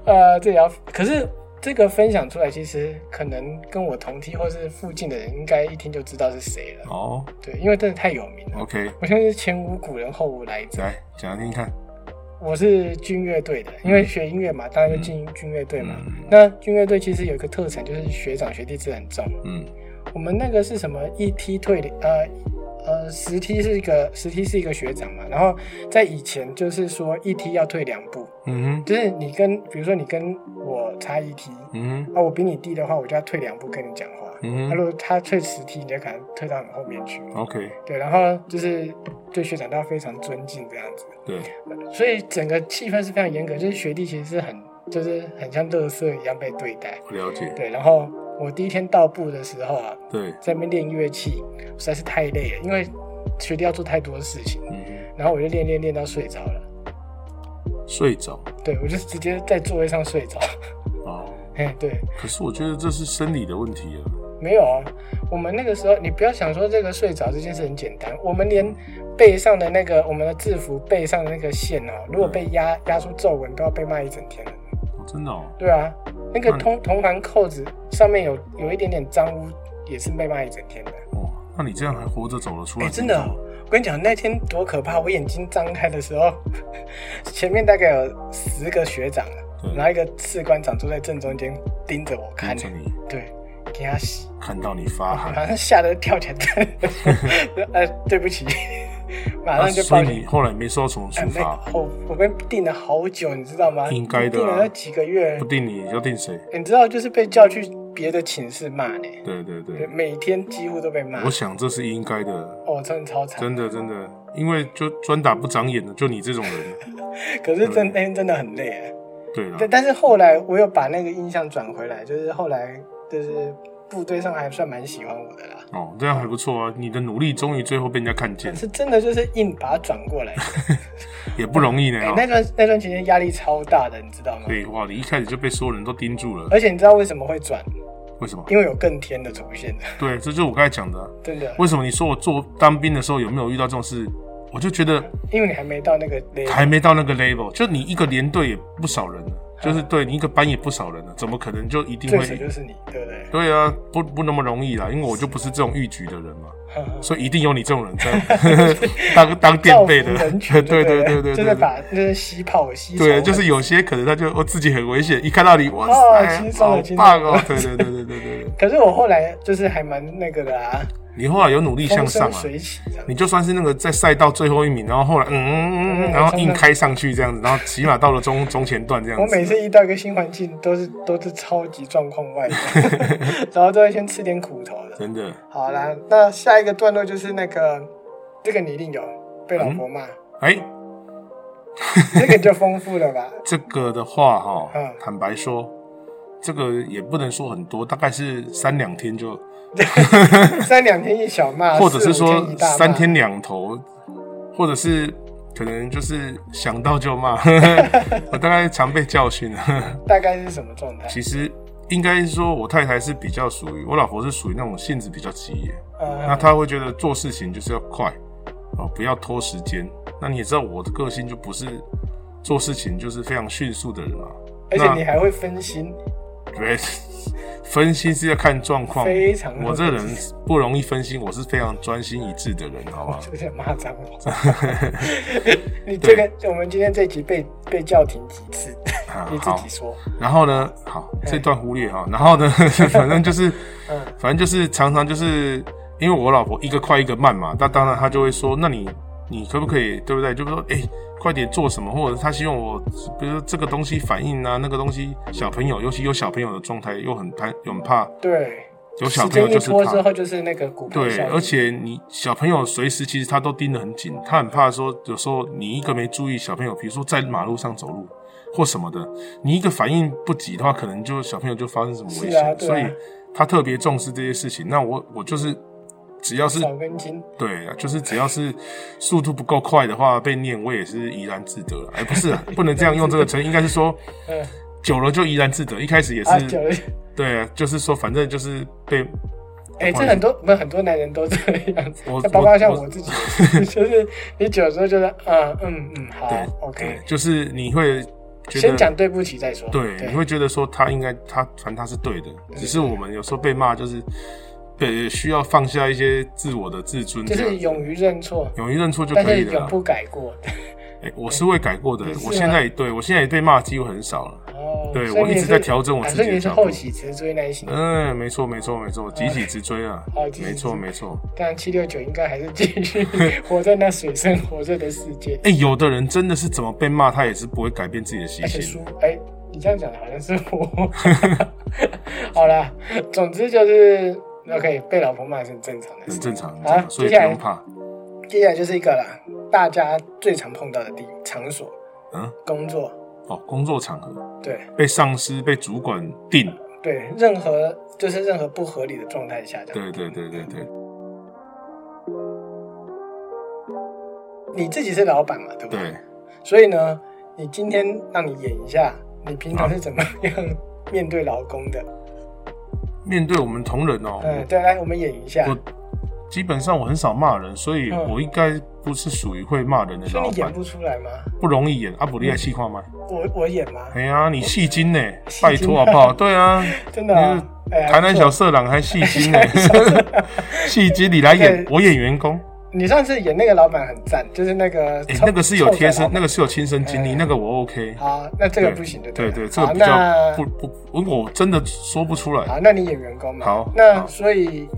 [SPEAKER 2] 呃，这也要，可是这个分享出来，其实可能跟我同梯或是附近的人，应该一听就知道是谁了。
[SPEAKER 1] 哦。
[SPEAKER 2] 对，因为真的太有名了。
[SPEAKER 1] OK，
[SPEAKER 2] 我现在是前无古人后无来者，
[SPEAKER 1] 来讲来听听看。
[SPEAKER 2] 我是军乐队的，因为学音乐嘛，当然就进军乐队嘛。
[SPEAKER 1] 嗯
[SPEAKER 2] 那军乐队其实有一个特产，就是学长学弟制很重。
[SPEAKER 1] 嗯，
[SPEAKER 2] 我们那个是什么？一梯退的，呃呃，十梯是一个十梯是一个学长嘛，然后在以前就是说一梯要退两步，
[SPEAKER 1] 嗯哼，
[SPEAKER 2] 就是你跟，比如说你跟我差一梯，
[SPEAKER 1] 嗯哼，
[SPEAKER 2] 啊，我比你低的话，我就要退两步跟你讲话。
[SPEAKER 1] 嗯哦
[SPEAKER 2] 他
[SPEAKER 1] 哼
[SPEAKER 2] 如果他退十梯，你就可能退到你后面去。
[SPEAKER 1] ，OK，
[SPEAKER 2] 对，然后就是对学长都要非常尊敬这样子，
[SPEAKER 1] 对，
[SPEAKER 2] 所以整个气氛是非常严格，就是学弟其实是很，就是很像垃圾一样被对待。
[SPEAKER 1] 了解，
[SPEAKER 2] 对，然后我第一天到部的时候啊，
[SPEAKER 1] 对，
[SPEAKER 2] 在那边练乐器，实在是太累了，因为学弟要做太多事情，
[SPEAKER 1] 嗯哼，
[SPEAKER 2] 然后我就练练练到睡着了。
[SPEAKER 1] 睡着
[SPEAKER 2] 对，我就直接在座位上睡着。
[SPEAKER 1] 哦。
[SPEAKER 2] 哎，对，
[SPEAKER 1] 可是我觉得这是生理的问题啊。
[SPEAKER 2] 没有啊，我们那个时候，你不要想说这个睡着这件事很简单，我们连背上的那个我们的制服背上的那个线哦，如果被压压出皱纹，都要被骂一整天的。
[SPEAKER 1] 哦真的哦，
[SPEAKER 2] 对啊，那个
[SPEAKER 1] 嗯
[SPEAKER 2] 铜铜环扣子上面有有一点点脏污，也是被骂一整天的。
[SPEAKER 1] 哇，哦那你这样还活着走了出
[SPEAKER 2] 哎、
[SPEAKER 1] 来？
[SPEAKER 2] 真的、哦，我跟你讲，那天多可怕！我眼睛张开的时候， 前面大概有十个学长，
[SPEAKER 1] 对
[SPEAKER 2] 然后一个士官长坐在正中间盯着我
[SPEAKER 1] 看，嗯
[SPEAKER 2] 看
[SPEAKER 1] 着你，
[SPEAKER 2] 对，给他洗。
[SPEAKER 1] 看到你发
[SPEAKER 2] 马
[SPEAKER 1] 汗，
[SPEAKER 2] 上吓得跳起来， 呃，对 不起，马
[SPEAKER 1] 啊
[SPEAKER 2] 上就
[SPEAKER 1] 所
[SPEAKER 2] 报
[SPEAKER 1] 以
[SPEAKER 2] 警
[SPEAKER 1] 你。后来没受到什么
[SPEAKER 2] 哎
[SPEAKER 1] 处
[SPEAKER 2] 那
[SPEAKER 1] 罚？
[SPEAKER 2] 我我被定了好久，你知道吗？
[SPEAKER 1] 应该的啊
[SPEAKER 2] 定了那几个月
[SPEAKER 1] 不，定你要定谁？
[SPEAKER 2] 你知道就是被叫去别的寝室骂呢，
[SPEAKER 1] 对对
[SPEAKER 2] 对，
[SPEAKER 1] 对，
[SPEAKER 2] 每天几乎都被骂
[SPEAKER 1] 我。想这是应该的，
[SPEAKER 2] 哦，真的超惨，
[SPEAKER 1] 真的真的，因为就专打不长眼的，就你这种人，
[SPEAKER 2] 可是真那天真的很累哎。
[SPEAKER 1] 对了
[SPEAKER 2] 对，，但是后来我有把那个印象转回来，就是后来就是部队上还算蛮喜欢我的啦，
[SPEAKER 1] 哦，这样还不错啊，你的努力终于最后被人家看见
[SPEAKER 2] 但，是真的就是硬把它转过 来。
[SPEAKER 1] 也不容易呢
[SPEAKER 2] 哎
[SPEAKER 1] 啊。
[SPEAKER 2] 那段那段期间压力超大的，你知道吗？哎
[SPEAKER 1] 对，哇，你一开始就被所有人都盯住了，
[SPEAKER 2] 而且你知道为什么会转？
[SPEAKER 1] 为什么？
[SPEAKER 2] 因为有更天的出现，
[SPEAKER 1] 对，这就是我刚才讲的啊、
[SPEAKER 2] 真的，
[SPEAKER 1] 为什么你说我做当兵的时候有没有遇到这种事？我就觉得
[SPEAKER 2] 因为你还没到那个 level，
[SPEAKER 1] 还没到那个 level，就你一个连队也不少人了，就是对你一个班也不少人了，怎么可能就一定
[SPEAKER 2] 最扯
[SPEAKER 1] 会？
[SPEAKER 2] 就是你，对不对？
[SPEAKER 1] 对啊，不不那么容易啦，因为我就不是这种欲举的人嘛，
[SPEAKER 2] 呵 呵
[SPEAKER 1] 所以一定有你这种人 在当当嗯
[SPEAKER 2] 造
[SPEAKER 1] 垫
[SPEAKER 2] 福
[SPEAKER 1] 背的
[SPEAKER 2] 人，
[SPEAKER 1] 对
[SPEAKER 2] 群，
[SPEAKER 1] 对
[SPEAKER 2] 对
[SPEAKER 1] 对对
[SPEAKER 2] 不
[SPEAKER 1] 对，
[SPEAKER 2] 就是
[SPEAKER 1] 对
[SPEAKER 2] 把就是洗跑洗手
[SPEAKER 1] 对，就是有些可能他就我自己很危险，一看到你，哇
[SPEAKER 2] 哦
[SPEAKER 1] 塞
[SPEAKER 2] 轻，松了
[SPEAKER 1] 好
[SPEAKER 2] 轻松
[SPEAKER 1] 棒哦
[SPEAKER 2] 了！
[SPEAKER 1] 对对对对对对对，
[SPEAKER 2] 可是我后来就是还蛮那个的啊，
[SPEAKER 1] 你后来有努力向
[SPEAKER 2] 风
[SPEAKER 1] 上
[SPEAKER 2] 生
[SPEAKER 1] 啊，
[SPEAKER 2] 水起这样。
[SPEAKER 1] 你就算是那个在赛道最后一名，然后后来嗯嗯嗯嗯，
[SPEAKER 2] 嗯
[SPEAKER 1] 然后
[SPEAKER 2] 真
[SPEAKER 1] 硬
[SPEAKER 2] 的
[SPEAKER 1] 开上去这样子，然后起码到了中中前段这样
[SPEAKER 2] 我
[SPEAKER 1] 子。
[SPEAKER 2] 每次一到一个新环境，都是都是超级状况 外的，然后都会先吃点苦头的。
[SPEAKER 1] 真的，
[SPEAKER 2] 好啦，那下一个段落就是那个，这个你一定有被老婆骂，
[SPEAKER 1] 哎、
[SPEAKER 2] 这个就丰富了吧？
[SPEAKER 1] 这个的话哈、
[SPEAKER 2] 嗯
[SPEAKER 1] 坦白说，这个也不能说很多，大概是三两天就，
[SPEAKER 2] 三两天一小骂，
[SPEAKER 1] 或者是
[SPEAKER 2] 啊四五
[SPEAKER 1] 说
[SPEAKER 2] 天一大骂
[SPEAKER 1] 三天两头，或者是可能就是想到就 骂，我大概常被教训了。
[SPEAKER 2] 大概是什么状 态？
[SPEAKER 1] 其实应该是说，我太太是比较属于我老婆是属于那种性子比较急耶，那
[SPEAKER 2] 嗯，
[SPEAKER 1] 她会觉得做事情就是要快哦，不要拖时间。那你也知道我的个性就不是做事情就是非常迅速的人啊，
[SPEAKER 2] 而且
[SPEAKER 1] 那
[SPEAKER 2] 你还会分心，
[SPEAKER 1] 对， 分心是要看状况。
[SPEAKER 2] 非常
[SPEAKER 1] 我这人不容易分心，我是非常专心一致的人，好吗？
[SPEAKER 2] 就是骂 脏话。你这个，我们今天这集被被叫停几次？
[SPEAKER 1] 啊
[SPEAKER 2] 你自己说。
[SPEAKER 1] 然后呢，好，这段忽略哈。然后呢， 反正就是，
[SPEAKER 2] 嗯
[SPEAKER 1] 反正就是常常就是因为我老婆一个快一个慢嘛，那当然她就会说，那你你可不可以，对不对？就是说，哎、快点做什么，或者她希望我，比如说这个东西反应啊，那个东西，小朋友，尤其有小朋友的状态，又很怕，又很怕，
[SPEAKER 2] 对，
[SPEAKER 1] 有小
[SPEAKER 2] 时
[SPEAKER 1] 朋友
[SPEAKER 2] 间
[SPEAKER 1] 就
[SPEAKER 2] 一
[SPEAKER 1] 是
[SPEAKER 2] 拖
[SPEAKER 1] 怕
[SPEAKER 2] 之。后就是那个骨盆
[SPEAKER 1] 对
[SPEAKER 2] 效，应
[SPEAKER 1] 而且你小朋友随时其实他都盯得很紧，他很怕说有时候你一个没注意，小朋友比如说在马路上走路或什么的，你一个反应不及的话，可能就小朋友就发生什么危
[SPEAKER 2] 是
[SPEAKER 1] 险，
[SPEAKER 2] 啊对啊
[SPEAKER 1] 所以他特别重视这些事情。那我我就是只要是
[SPEAKER 2] 少根筋，
[SPEAKER 1] 对，啊就是只要是速度不够快的话，被念我也是怡然自得啦。哎，不是 啊、不能这样用这个成语，应该是说
[SPEAKER 2] 嗯，
[SPEAKER 1] 久了就怡然自得。一开始也是、
[SPEAKER 2] 啊，久了，
[SPEAKER 1] 对，啊就是说反正就是被
[SPEAKER 2] 哎，这很多不是很多男人都这样子
[SPEAKER 1] 我，
[SPEAKER 2] 那包括像
[SPEAKER 1] 我
[SPEAKER 2] 我 自己，就是你久了之后就是，嗯嗯嗯，好
[SPEAKER 1] 对
[SPEAKER 2] ，OK，
[SPEAKER 1] 就是你会觉得
[SPEAKER 2] 先讲对不起再说。
[SPEAKER 1] 对，你会觉得说他应该他反正他是对的，只是我们有时候被骂就是被需要放下一些自我的自尊，
[SPEAKER 2] 就
[SPEAKER 1] 这样
[SPEAKER 2] 是勇于认错，
[SPEAKER 1] 勇于认错就
[SPEAKER 2] 但
[SPEAKER 1] 可以
[SPEAKER 2] 是
[SPEAKER 1] 了
[SPEAKER 2] 永
[SPEAKER 1] 啦。
[SPEAKER 2] 不改过。
[SPEAKER 1] 哎，我是会改过的
[SPEAKER 2] 你，是啊
[SPEAKER 1] 我现在也对我现在也被骂的机会很少了。
[SPEAKER 2] 哦，
[SPEAKER 1] 对
[SPEAKER 2] 所以
[SPEAKER 1] 我一
[SPEAKER 2] 你
[SPEAKER 1] 直
[SPEAKER 2] 是
[SPEAKER 1] 在调整我
[SPEAKER 2] 啊
[SPEAKER 1] 自己
[SPEAKER 2] 所以
[SPEAKER 1] 的
[SPEAKER 2] 你是
[SPEAKER 1] 角度
[SPEAKER 2] 后起直追那一型，
[SPEAKER 1] 嗯，没错，没错，没
[SPEAKER 2] 哎
[SPEAKER 1] 错，急起直追啊
[SPEAKER 2] 好急！起
[SPEAKER 1] 没错，
[SPEAKER 2] 哦直追
[SPEAKER 1] 没错。
[SPEAKER 2] 但七六九应该还是继 续活在那水深火热的世界，
[SPEAKER 1] 哎，有的人真的是怎么被骂，他也是不会改变自己的习
[SPEAKER 2] 而且
[SPEAKER 1] 性
[SPEAKER 2] 输。哎、你这样讲的好像是我。 好啦，总之就是 OK，被老婆骂是很正常的
[SPEAKER 1] 很
[SPEAKER 2] 事。
[SPEAKER 1] 正常，很
[SPEAKER 2] 好
[SPEAKER 1] 正常所以不
[SPEAKER 2] 接下来
[SPEAKER 1] 用怕。
[SPEAKER 2] 接下来就是一个啦，大家最常碰到的地场所，
[SPEAKER 1] 嗯，
[SPEAKER 2] 工作，
[SPEAKER 1] 哦，工作场合
[SPEAKER 2] 对
[SPEAKER 1] 被上司、被主管定，
[SPEAKER 2] 对，任何就是任何不合理的状态下，这样
[SPEAKER 1] 对对对对对，
[SPEAKER 2] 你自己是老板嘛，对不
[SPEAKER 1] 对，
[SPEAKER 2] 所以呢，你今天让你演一下，你平
[SPEAKER 1] 啊
[SPEAKER 2] 常是怎么样面对劳工的？
[SPEAKER 1] 面对我们同仁哦，
[SPEAKER 2] 嗯，对，来我们演一下。
[SPEAKER 1] 我基本上我很少骂人，所以
[SPEAKER 2] 嗯
[SPEAKER 1] 我应该不是属于会骂人的
[SPEAKER 2] 所以
[SPEAKER 1] 老
[SPEAKER 2] 你演
[SPEAKER 1] 板，
[SPEAKER 2] 不出来吗？
[SPEAKER 1] 不容易演。阿布利亚气话吗？
[SPEAKER 2] 我我演吗？
[SPEAKER 1] 哎呀，你戏精呢？
[SPEAKER 2] 嗯戏
[SPEAKER 1] 拜
[SPEAKER 2] 精
[SPEAKER 1] 托好不 好？对啊，
[SPEAKER 2] 真的啊、哎呀
[SPEAKER 1] 台南嗯小
[SPEAKER 2] 不错
[SPEAKER 1] 色狼还戏精 呢，戏精你来演，
[SPEAKER 2] 对
[SPEAKER 1] 我演员工。
[SPEAKER 2] 你上次演那个老板很赞，就是那个
[SPEAKER 1] 哎
[SPEAKER 2] 臭、，
[SPEAKER 1] 那个是有贴身，那
[SPEAKER 2] 个
[SPEAKER 1] 个是有亲身经历，那个我 OK。
[SPEAKER 2] 哎好，那这个不行的，
[SPEAKER 1] 对对，
[SPEAKER 2] 了
[SPEAKER 1] 这个
[SPEAKER 2] 好
[SPEAKER 1] 比较
[SPEAKER 2] 那
[SPEAKER 1] 不不，我我真的说不出来。
[SPEAKER 2] 好，那你演员工嘛？
[SPEAKER 1] 好
[SPEAKER 2] 那
[SPEAKER 1] 好
[SPEAKER 2] 所以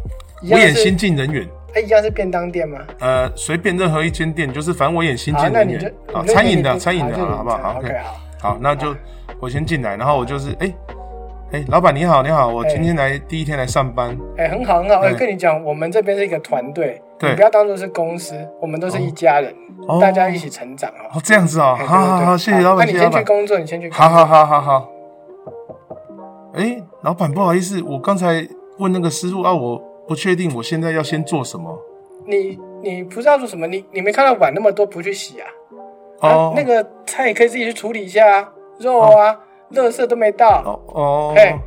[SPEAKER 2] 一
[SPEAKER 1] 我
[SPEAKER 2] 样
[SPEAKER 1] 演
[SPEAKER 2] 是
[SPEAKER 1] 新进人员，
[SPEAKER 2] 哎、一样是便当店吗？
[SPEAKER 1] 呃，随便任何一间店，就是反正我演新
[SPEAKER 2] 好，
[SPEAKER 1] 进
[SPEAKER 2] 那
[SPEAKER 1] 人
[SPEAKER 2] 你就
[SPEAKER 1] 员啊，
[SPEAKER 2] 你就
[SPEAKER 1] 餐
[SPEAKER 2] 演
[SPEAKER 1] 饮
[SPEAKER 2] 你
[SPEAKER 1] 的
[SPEAKER 2] 自
[SPEAKER 1] 餐饮的，
[SPEAKER 2] 好
[SPEAKER 1] 好不好？好
[SPEAKER 2] 好
[SPEAKER 1] ，OK
[SPEAKER 2] ？OK，。好，
[SPEAKER 1] 好，那就我先进来，然后我就是哎哎、老板你好，你好，我
[SPEAKER 2] 哎
[SPEAKER 1] 今天来、第一天来上班，
[SPEAKER 2] 哎、很好很好。哎、
[SPEAKER 1] 对
[SPEAKER 2] 跟你讲，我们这边是一个团队，
[SPEAKER 1] 对
[SPEAKER 2] 你不要当做是公司，我们都是一家人，
[SPEAKER 1] 哦
[SPEAKER 2] 大家一起成长哦。
[SPEAKER 1] 哦这样子哦，
[SPEAKER 2] 哎
[SPEAKER 1] 好好好，谢谢老板，
[SPEAKER 2] 啊那
[SPEAKER 1] 谢
[SPEAKER 2] 你
[SPEAKER 1] 谢老
[SPEAKER 2] 先去
[SPEAKER 1] 板，
[SPEAKER 2] 工作，你先去工作。
[SPEAKER 1] 好好好好好。哎、老板不好意思，我刚才问那个师傅啊，我不确定我现在要先做什么
[SPEAKER 2] 你你不知道做什么，你你没看到碗那么多不去洗啊？
[SPEAKER 1] 哦哦
[SPEAKER 2] 啊，那个菜可以自己去处理一下啊，肉啊，垃圾都没到。
[SPEAKER 1] 哦哦，
[SPEAKER 2] 哎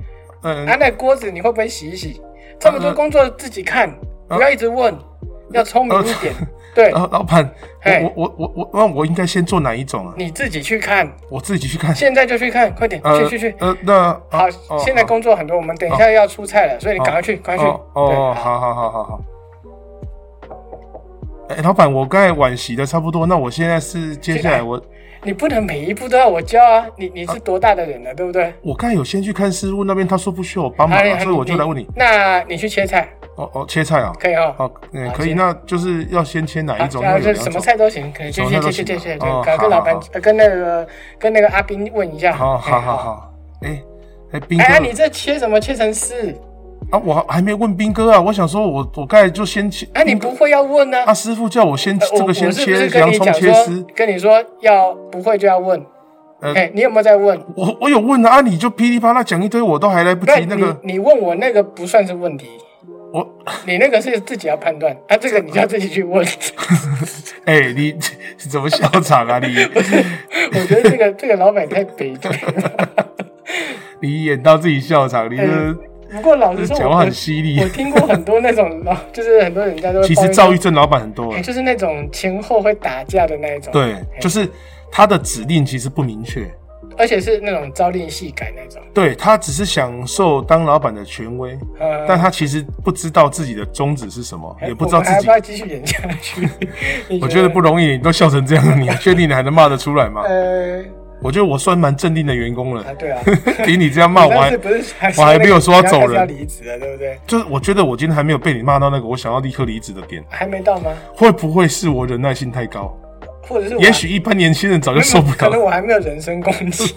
[SPEAKER 1] 嗯
[SPEAKER 2] 啊，那锅子你会不会洗一洗？这么多工作自己看，不要一直问，
[SPEAKER 1] 哦
[SPEAKER 2] 要聪明一点。对，
[SPEAKER 1] 老老板，
[SPEAKER 2] 嘿
[SPEAKER 1] 我我我我我，那我应该先做哪一种啊？
[SPEAKER 2] 你自己去看，
[SPEAKER 1] 我自己去看。
[SPEAKER 2] 现在就去看，快点，去
[SPEAKER 1] 呃
[SPEAKER 2] 去去。
[SPEAKER 1] 呃，那
[SPEAKER 2] 好，现在
[SPEAKER 1] 公
[SPEAKER 2] 工作很多，我们等一下要出菜了，所以你赶快去，赶快去。
[SPEAKER 1] 哦哦，好好好好好。哎，老板，我刚才碗洗的差不多，那我现在是接下来我
[SPEAKER 2] 对，你不能每一步都要我教啊，你你
[SPEAKER 1] 哦
[SPEAKER 2] 是多大的人了，对不对？
[SPEAKER 1] 我刚才有先去看师傅那边，他说不需要我帮忙
[SPEAKER 2] 哎
[SPEAKER 1] 啊，所以我就来问你。
[SPEAKER 2] 那你去切菜
[SPEAKER 1] 哦哦，切菜啊，
[SPEAKER 2] 可以哦。
[SPEAKER 1] 哦，嗯，
[SPEAKER 2] 好
[SPEAKER 1] 可以，
[SPEAKER 2] 行
[SPEAKER 1] 那就是要先切哪一种？
[SPEAKER 2] 啊，
[SPEAKER 1] 那有
[SPEAKER 2] 就
[SPEAKER 1] 两
[SPEAKER 2] 什么
[SPEAKER 1] 种。
[SPEAKER 2] 菜都行，可能
[SPEAKER 1] 什
[SPEAKER 2] 就
[SPEAKER 1] 么
[SPEAKER 2] 切
[SPEAKER 1] 菜都
[SPEAKER 2] 切切切
[SPEAKER 1] 行
[SPEAKER 2] 切，
[SPEAKER 1] 哦
[SPEAKER 2] 对，
[SPEAKER 1] 好
[SPEAKER 2] 跟跟老板
[SPEAKER 1] 好、
[SPEAKER 2] 呃跟那个跟那个阿斌问一下。
[SPEAKER 1] 好好
[SPEAKER 2] 哎
[SPEAKER 1] 好。好，哎哎，斌哥
[SPEAKER 2] 哎，啊你这切怎么切成丝？
[SPEAKER 1] 啊，我还还没问斌哥啊，我想说我我刚才就先切。
[SPEAKER 2] 啊，你不会要问呢、
[SPEAKER 1] 啊，师傅叫我先
[SPEAKER 2] 呃我
[SPEAKER 1] 这个先
[SPEAKER 2] 我是不
[SPEAKER 1] 切
[SPEAKER 2] 是跟
[SPEAKER 1] 洋
[SPEAKER 2] 你
[SPEAKER 1] 葱
[SPEAKER 2] 讲
[SPEAKER 1] 切
[SPEAKER 2] 说
[SPEAKER 1] 丝，，
[SPEAKER 2] 跟你说要不会就要问？哎、
[SPEAKER 1] 呃
[SPEAKER 2] 你有没有在问？
[SPEAKER 1] 我我有问啊，啊你就噼里啪啦讲一堆，我都还来不
[SPEAKER 2] 那
[SPEAKER 1] 及那个
[SPEAKER 2] 你你问我那个不算是问题，
[SPEAKER 1] 我，
[SPEAKER 2] 你那个是自己要判断，啊，这个你就要自己去问。
[SPEAKER 1] 哎、你 怎么笑场啊你？
[SPEAKER 2] 我觉得这个这个老板太悲催了。
[SPEAKER 1] 你演到自己笑场，你这、
[SPEAKER 2] 不过老实说，
[SPEAKER 1] 讲
[SPEAKER 2] 我
[SPEAKER 1] 话
[SPEAKER 2] 我
[SPEAKER 1] 很犀利
[SPEAKER 2] 我听过很多那种老，就是很多人家都会
[SPEAKER 1] 其
[SPEAKER 2] 抱
[SPEAKER 1] 实
[SPEAKER 2] 怨
[SPEAKER 1] 躁
[SPEAKER 2] 说
[SPEAKER 1] 郁症老板很多
[SPEAKER 2] 哎
[SPEAKER 1] 啊，
[SPEAKER 2] 就是那种前后会打架的那一种，，
[SPEAKER 1] 对，就是他的指令其实不明确，
[SPEAKER 2] 而且是那种朝令夕改那种，
[SPEAKER 1] 对他只是享受当老板的权威，
[SPEAKER 2] 呃，哎
[SPEAKER 1] 但他其实不知道自己的宗旨是什么，也不知道
[SPEAKER 2] 我们
[SPEAKER 1] 自
[SPEAKER 2] 还要
[SPEAKER 1] 己
[SPEAKER 2] 不。要继续演下去？ 你
[SPEAKER 1] 我觉得不容易，你都笑成这样了，你确定你还能骂得出来吗？
[SPEAKER 2] 呃
[SPEAKER 1] 我觉得我算蛮镇定的员工了
[SPEAKER 2] 啊，，对啊，
[SPEAKER 1] 比你这样 骂我
[SPEAKER 2] 但
[SPEAKER 1] 还
[SPEAKER 2] 是不是还
[SPEAKER 1] 我还没有说要走人
[SPEAKER 2] 你要开始要离职了，对不对？
[SPEAKER 1] 就是我觉得我今天还没有被你骂到那个我想要立刻离职的点，
[SPEAKER 2] 还没到吗？
[SPEAKER 1] 会不会是我忍耐性太高？
[SPEAKER 2] 或者是我
[SPEAKER 1] 也许一般年轻人早就受不
[SPEAKER 2] 可能
[SPEAKER 1] 了。
[SPEAKER 2] 我还没有人身攻 击，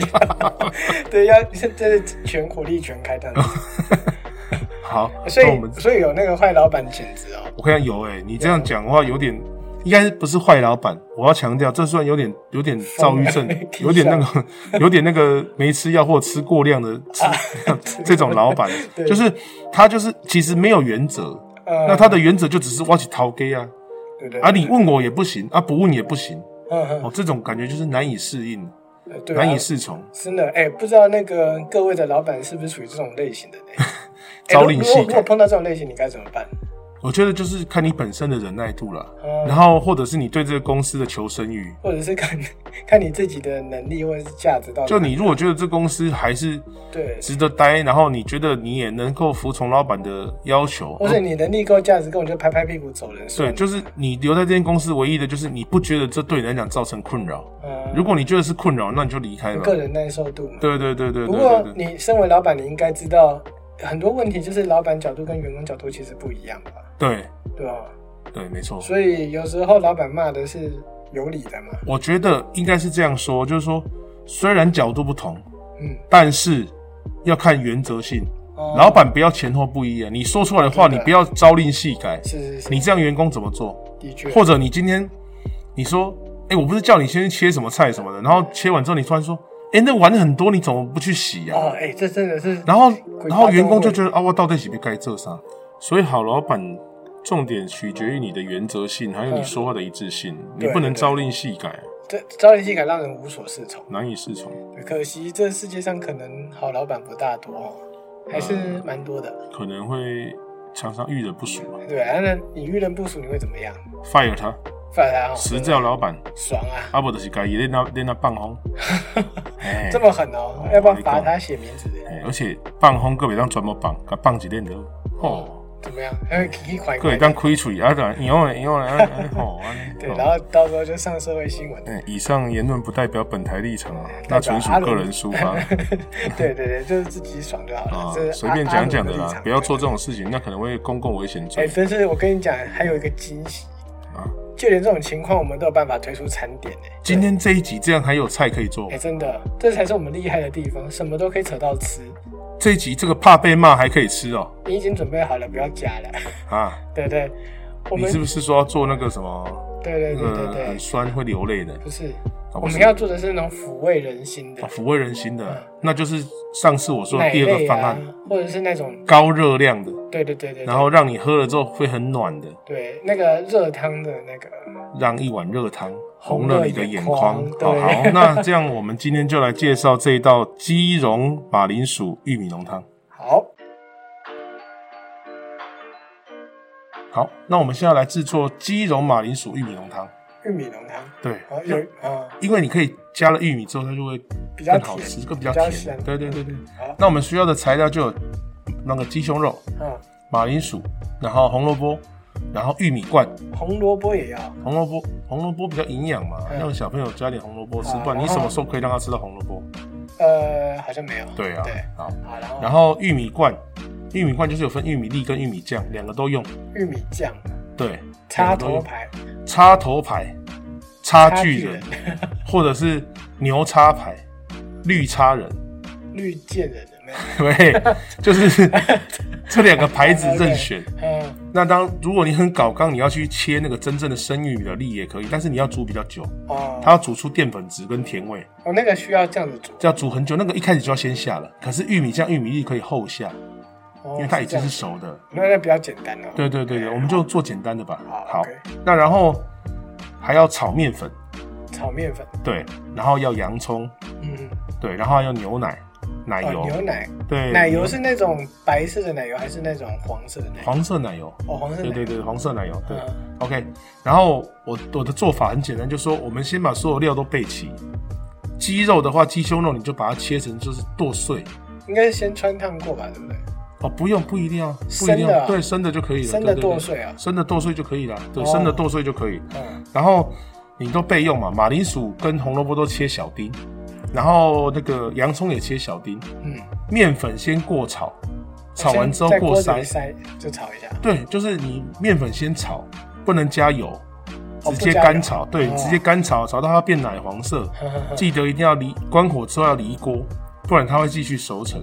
[SPEAKER 2] 对，要这这是全火力全 开这样子，
[SPEAKER 1] 好，
[SPEAKER 2] 所
[SPEAKER 1] 那我们
[SPEAKER 2] 以所以有那个坏老板简直哦，
[SPEAKER 1] 我看有哎、你这样讲的话有点，应该不是坏老板，我要强调，这算有点有点躁郁 症，有点那个有点那个没吃药或吃过量的 吃、这种老板，
[SPEAKER 2] 啊对
[SPEAKER 1] 就是他就是其实没有原则，
[SPEAKER 2] 呃，
[SPEAKER 1] 那他的原则就只是挖起逃给啊，
[SPEAKER 2] 对对
[SPEAKER 1] 啊你问我也不行，啊不问也不行，
[SPEAKER 2] 嗯
[SPEAKER 1] 哦这种感觉就是难以适应，
[SPEAKER 2] 嗯，对啊，
[SPEAKER 1] 难以适从。
[SPEAKER 2] 真的，哎、不知道那个各位的老板是不是属于这种 类型的呢？哎
[SPEAKER 1] 朝令夕
[SPEAKER 2] 如
[SPEAKER 1] 改
[SPEAKER 2] 果如果碰到这种类型，你该怎么办？
[SPEAKER 1] 我觉得就是看你本身的忍耐度了，
[SPEAKER 2] 嗯
[SPEAKER 1] 然后或者是你对这个公司的求生欲。
[SPEAKER 2] 或者是看 看你自己的能力或者是价值到底
[SPEAKER 1] 就你如果觉得这公司还是
[SPEAKER 2] 对，
[SPEAKER 1] 值得待，然后你觉得你也能够服从老板的要求，
[SPEAKER 2] 或者你能力够、价值够，你就拍拍屁股走人算
[SPEAKER 1] 对，
[SPEAKER 2] 了。
[SPEAKER 1] 就是你留在这间公司唯一的就是你不觉得这对你来讲造成困扰。
[SPEAKER 2] 呃
[SPEAKER 1] 如果你觉得是困扰，那你就离开吧。
[SPEAKER 2] 个人耐受度嘛。
[SPEAKER 1] 对对对对对
[SPEAKER 2] 不过
[SPEAKER 1] 对对，
[SPEAKER 2] 你身为老板，你应该知道很多问题，就是老板角度跟员工角度其实不一样吧？
[SPEAKER 1] 对
[SPEAKER 2] 对吧？
[SPEAKER 1] 对，没错。
[SPEAKER 2] 所以有时候老板骂的是有理的嘛。
[SPEAKER 1] 我觉得应该是这样说，就是说虽然角度不同，
[SPEAKER 2] 嗯，
[SPEAKER 1] 但是要看原则性。
[SPEAKER 2] 哦
[SPEAKER 1] 老板不要前后不一啊！你说出来的话，
[SPEAKER 2] 对
[SPEAKER 1] 你不要朝令夕改。
[SPEAKER 2] 是是是，
[SPEAKER 1] 你这样员工怎么做？
[SPEAKER 2] 的确
[SPEAKER 1] 或者你今天你说，哎、我不是叫你先去切什么菜什么的，然后切完之后你突然说，哎、那碗很多，你怎么不去洗呀、
[SPEAKER 2] 哦，哎、这真的是
[SPEAKER 1] 然后
[SPEAKER 2] 鬼
[SPEAKER 1] 然后
[SPEAKER 2] 话
[SPEAKER 1] 员工
[SPEAKER 2] 都
[SPEAKER 1] 就
[SPEAKER 2] 会
[SPEAKER 1] 觉得啊，我到底洗不该这啥？所以好老板，重点取决于你的原则性，还有你说话的一致性，你
[SPEAKER 2] 嗯对
[SPEAKER 1] 不能
[SPEAKER 2] 对
[SPEAKER 1] 朝令夕改，
[SPEAKER 2] 这朝令夕改让人无所适从。
[SPEAKER 1] 难以适从。
[SPEAKER 2] 可惜这世界上可能好老板不大多哦，还是
[SPEAKER 1] 嗯
[SPEAKER 2] 蛮多的。
[SPEAKER 1] 可能会常常遇人不淑嘛
[SPEAKER 2] 对啊，那你遇人不淑，你会怎么样？
[SPEAKER 1] ，fire 他，
[SPEAKER 2] 反而哦
[SPEAKER 1] 辞掉老板，
[SPEAKER 2] 爽啊，
[SPEAKER 1] 阿伯的是该也练他练他半红，哎
[SPEAKER 2] 这么狠哦，要不然罚他写名字，
[SPEAKER 1] 哎而且放风个别当专门放，甲放一点就吼，
[SPEAKER 2] 怎么样？还会奇奇怪
[SPEAKER 1] 个别
[SPEAKER 2] 怪的。
[SPEAKER 1] 当开喙啊，对，以后呢以后呢，啊吼，安尼
[SPEAKER 2] 哎 对，
[SPEAKER 1] 吼
[SPEAKER 2] 然后到时候就上社会新闻。
[SPEAKER 1] 嗯以上言论不代表本台立场啊，那
[SPEAKER 2] 代表
[SPEAKER 1] 纯属
[SPEAKER 2] 阿伦
[SPEAKER 1] 个人抒发
[SPEAKER 2] 对对对，就是自己爽就好了
[SPEAKER 1] 啊，，
[SPEAKER 2] 这是
[SPEAKER 1] 随便
[SPEAKER 2] 阿
[SPEAKER 1] 讲讲的
[SPEAKER 2] 阿伦立
[SPEAKER 1] 啦
[SPEAKER 2] 场，
[SPEAKER 1] 不要做这种事情，那可能会公共危险
[SPEAKER 2] 哎，
[SPEAKER 1] 罪
[SPEAKER 2] 但是我跟你讲，还有一个惊喜
[SPEAKER 1] 啊。
[SPEAKER 2] 就连这种情况，我们都有办法推出餐点呢。
[SPEAKER 1] 今天这一集这样还有菜可以做
[SPEAKER 2] 哎，，真的，这才是我们厉害的地方，什么都可以扯到吃。
[SPEAKER 1] 这一集这个怕被骂还可以吃哦
[SPEAKER 2] 你已经准备好了，不要加了。
[SPEAKER 1] 啊！
[SPEAKER 2] 对对，我
[SPEAKER 1] 你
[SPEAKER 2] 们
[SPEAKER 1] 是不是说要做那个什么，
[SPEAKER 2] 对对
[SPEAKER 1] 那
[SPEAKER 2] 对对
[SPEAKER 1] 个
[SPEAKER 2] 对
[SPEAKER 1] 很，酸会流泪的？
[SPEAKER 2] 不是，
[SPEAKER 1] 啊
[SPEAKER 2] 我
[SPEAKER 1] 不是
[SPEAKER 2] 们要做的是那种抚慰人心的
[SPEAKER 1] 啊抚慰人心的，那就是上次我说的
[SPEAKER 2] 奶
[SPEAKER 1] 第二个
[SPEAKER 2] 类
[SPEAKER 1] 方
[SPEAKER 2] 啊
[SPEAKER 1] 案，，
[SPEAKER 2] 或者是那种
[SPEAKER 1] 高热量的。
[SPEAKER 2] 对对对对，
[SPEAKER 1] 然后让你喝了之后会很暖的，
[SPEAKER 2] 对那个热汤的那个，
[SPEAKER 1] 让一碗热汤
[SPEAKER 2] 红
[SPEAKER 1] 红
[SPEAKER 2] 了
[SPEAKER 1] 了你的
[SPEAKER 2] 眼
[SPEAKER 1] 眼
[SPEAKER 2] 眶
[SPEAKER 1] 眶。好
[SPEAKER 2] 对
[SPEAKER 1] 好，那这样我们今天就来介绍这一道基隆马铃薯玉米浓汤。
[SPEAKER 2] 好。
[SPEAKER 1] 好，那我们现在来制作鸡茸马铃薯玉米浓汤。
[SPEAKER 2] 玉米浓汤，
[SPEAKER 1] 对，
[SPEAKER 2] 哦，有啊，
[SPEAKER 1] 因为你可以加了玉米之后，它就会
[SPEAKER 2] 比较
[SPEAKER 1] 更好
[SPEAKER 2] 甜，
[SPEAKER 1] 吃，更比较
[SPEAKER 2] 比较
[SPEAKER 1] 甜
[SPEAKER 2] 香。
[SPEAKER 1] 对对对对
[SPEAKER 2] 好。
[SPEAKER 1] 那我们需要的材料就有那个鸡胸肉、
[SPEAKER 2] 嗯，
[SPEAKER 1] 马铃薯，然后红萝卜，然后玉米罐。
[SPEAKER 2] 红萝卜也要，
[SPEAKER 1] 红萝卜，红萝卜比较营养嘛，
[SPEAKER 2] 嗯
[SPEAKER 1] 让小朋友加点红萝卜吃
[SPEAKER 2] 啊。
[SPEAKER 1] 不然你
[SPEAKER 2] 然后
[SPEAKER 1] 什么时候可以让他吃到红萝卜？
[SPEAKER 2] 呃，好像没有，
[SPEAKER 1] 对啊
[SPEAKER 2] 对，，
[SPEAKER 1] 好。
[SPEAKER 2] 好，然后
[SPEAKER 1] 然后玉米罐，玉米罐就是有分玉米粒跟玉米酱，两个都用。
[SPEAKER 2] 玉米酱，
[SPEAKER 1] 对，啊
[SPEAKER 2] 插
[SPEAKER 1] 两个都
[SPEAKER 2] 头
[SPEAKER 1] 用
[SPEAKER 2] 牌，
[SPEAKER 1] 插头牌、插
[SPEAKER 2] 插
[SPEAKER 1] 巨
[SPEAKER 2] 巨
[SPEAKER 1] 人，或者是牛插牌、绿插人，
[SPEAKER 2] 绿箭人有没有？
[SPEAKER 1] 对，就是这两个牌子任选。
[SPEAKER 2] 嗯，
[SPEAKER 1] 那当如果你很搞刚，你要去切那个真正的生玉米的粒也可以，但是你要煮比较久，
[SPEAKER 2] 哦，
[SPEAKER 1] 它要煮出淀粉质跟甜味，
[SPEAKER 2] 我那个需要这样子煮，
[SPEAKER 1] 这要煮很久。那个一开始就要先下了，可是玉米酱、玉米粒可以后下，
[SPEAKER 2] 因
[SPEAKER 1] 因为它已经是熟的。
[SPEAKER 2] 那那比较简单了，
[SPEAKER 1] 对对对对，我们就做简单的吧。
[SPEAKER 2] 好
[SPEAKER 1] 好
[SPEAKER 2] OK，
[SPEAKER 1] 那然后还要炒面粉，
[SPEAKER 2] 炒面粉，
[SPEAKER 1] 对，然后要洋葱，
[SPEAKER 2] 嗯，
[SPEAKER 1] 对，然后还有牛奶、奶
[SPEAKER 2] 哦，
[SPEAKER 1] 油，
[SPEAKER 2] 牛奶，
[SPEAKER 1] 对，
[SPEAKER 2] 奶油是那种白色的奶油还是那种黄色的奶油？
[SPEAKER 1] 黄色奶油，
[SPEAKER 2] 哦，黄色
[SPEAKER 1] 对
[SPEAKER 2] 奶
[SPEAKER 1] 对
[SPEAKER 2] 油，
[SPEAKER 1] 对，黄色奶油，对、
[SPEAKER 2] 嗯
[SPEAKER 1] o k 然后我我的做法很简单，就是说我们先把所有料都备齐。鸡肉的话，鸡胸肉你就把它切成就是剁碎
[SPEAKER 2] 应该是先穿烫过吧，对不对？
[SPEAKER 1] 哦，不用不一定要，不一
[SPEAKER 2] 生的啊
[SPEAKER 1] 定要，对，生的就可以了，
[SPEAKER 2] 生的
[SPEAKER 1] 对对对
[SPEAKER 2] 剁碎啊
[SPEAKER 1] 生的剁碎就可以了，对，
[SPEAKER 2] 哦
[SPEAKER 1] 生的剁碎就可以。
[SPEAKER 2] 嗯，
[SPEAKER 1] 然后你都备用嘛，马铃薯跟红萝卜都切小丁，然后那个洋葱也切小丁，
[SPEAKER 2] 嗯，
[SPEAKER 1] 面粉先过炒，炒完之后
[SPEAKER 2] 先在
[SPEAKER 1] 过
[SPEAKER 2] 锅子
[SPEAKER 1] 筛
[SPEAKER 2] 里，筛就炒一哦下，
[SPEAKER 1] 对，就是你面粉先炒，不能加油，
[SPEAKER 2] 哦
[SPEAKER 1] 直接干炒。对，直接干炒，炒到它变奶黄色。记得一定要离关火之后要离锅，不然它会继续熟成。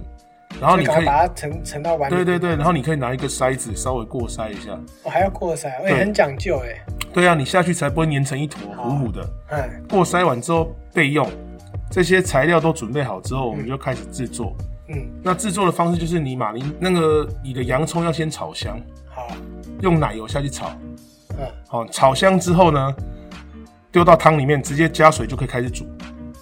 [SPEAKER 1] 然后
[SPEAKER 2] 就
[SPEAKER 1] 你
[SPEAKER 2] 赶
[SPEAKER 1] 可
[SPEAKER 2] 快
[SPEAKER 1] 以，
[SPEAKER 2] 把它盛盛到碗里，
[SPEAKER 1] 对对对，然后你可以拿一个筛子稍微过筛一下。
[SPEAKER 2] 我还要过筛，我也
[SPEAKER 1] 对
[SPEAKER 2] 很讲究哎，
[SPEAKER 1] 对啊，你下去才不会粘成一坨糊糊的。
[SPEAKER 2] 嗯，
[SPEAKER 1] 过筛完之后备用。这些材料都准备好之后，我们就开始制作。
[SPEAKER 2] 嗯，
[SPEAKER 1] 那制作的方式就是你马铃那个你的洋葱要先炒香，
[SPEAKER 2] 好，
[SPEAKER 1] 用奶油下去炒，
[SPEAKER 2] 嗯，
[SPEAKER 1] 好、炒香之后呢，丢到汤里面，直接加水就可以开始煮。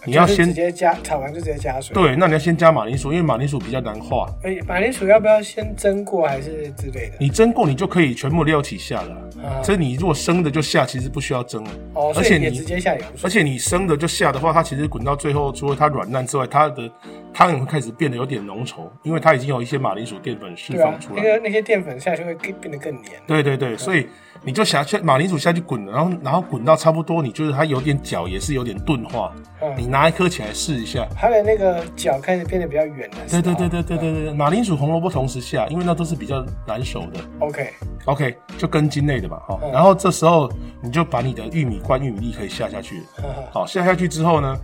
[SPEAKER 1] 你要
[SPEAKER 2] 就是
[SPEAKER 1] 先
[SPEAKER 2] 直接加炒完就直接加水。
[SPEAKER 1] 对，那你要先加马铃薯，因为马铃薯比较难化。
[SPEAKER 2] 哎，马铃薯要不要先蒸过还是之类的？
[SPEAKER 1] 你蒸过，你就可以全部料起下了。
[SPEAKER 2] 啊
[SPEAKER 1] 所以你如果生的就下，其实不需要蒸了。
[SPEAKER 2] 哦，
[SPEAKER 1] 而
[SPEAKER 2] 所
[SPEAKER 1] 且
[SPEAKER 2] 以也直
[SPEAKER 1] 你
[SPEAKER 2] 接下油水
[SPEAKER 1] 而。且你生的就下的话，它其实滚到最后，除了它软烂之外，它的汤也会开始变得有点浓稠，因为它已经有一些马铃薯淀粉释
[SPEAKER 2] 对啊
[SPEAKER 1] 放，出
[SPEAKER 2] 那
[SPEAKER 1] 来。
[SPEAKER 2] 个那些淀粉下去会更变得更黏。
[SPEAKER 1] 对对对，所以你就下去马铃薯下去滚，然后然后滚到差不多，你就是它有点角，也是有点钝化。你
[SPEAKER 2] 嗯，
[SPEAKER 1] 拿一颗起来试一下，
[SPEAKER 2] 它的那个角开始变得比较圆了。
[SPEAKER 1] 对对对对对对对，马铃薯、红萝卜同时下，因为那都是比较难熟的。
[SPEAKER 2] OK，
[SPEAKER 1] OK，就根茎类的吧，哈、
[SPEAKER 2] 嗯
[SPEAKER 1] 然后这时候你就把你的玉米罐、玉米粒可以下下去。
[SPEAKER 2] 呵呵
[SPEAKER 1] 好，下下去之后呢，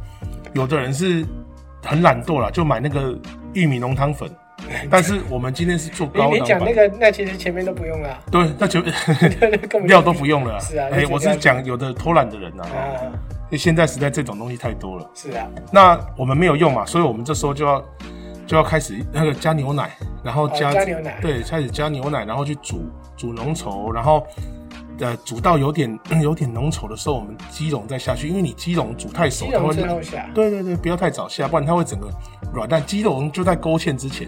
[SPEAKER 1] 有的人是很懒惰啦，就买那个玉米浓汤 粉。但是我们今天是做高
[SPEAKER 2] 你你
[SPEAKER 1] 档
[SPEAKER 2] 讲
[SPEAKER 1] 版
[SPEAKER 2] 那，个，那其实前面都不用 啦，
[SPEAKER 1] 对，那就
[SPEAKER 2] 根本就
[SPEAKER 1] 料都不用了啦。
[SPEAKER 2] 是啊
[SPEAKER 1] 哎、
[SPEAKER 2] 那就
[SPEAKER 1] 我
[SPEAKER 2] 料
[SPEAKER 1] 是
[SPEAKER 2] 就
[SPEAKER 1] 讲有的偷懒的人呐、啊，
[SPEAKER 2] 啊，
[SPEAKER 1] 因为现在实在这种东西太多了。
[SPEAKER 2] 是啊，
[SPEAKER 1] 那我们没有用嘛，所以我们这时候就要就要开始那个加牛奶，然后加,、
[SPEAKER 2] 哦加牛奶
[SPEAKER 1] 对，开始加牛奶，然后去煮煮浓稠，然后呃煮到有点 有点浓稠的时候，我们鸡茸再下去，因为你鸡茸煮太熟
[SPEAKER 2] 鸡，
[SPEAKER 1] 它
[SPEAKER 2] 茸
[SPEAKER 1] 会
[SPEAKER 2] 最后下，
[SPEAKER 1] 对对对，不要太早下，不然它会整个软烂。鸡茸就在勾芡之前，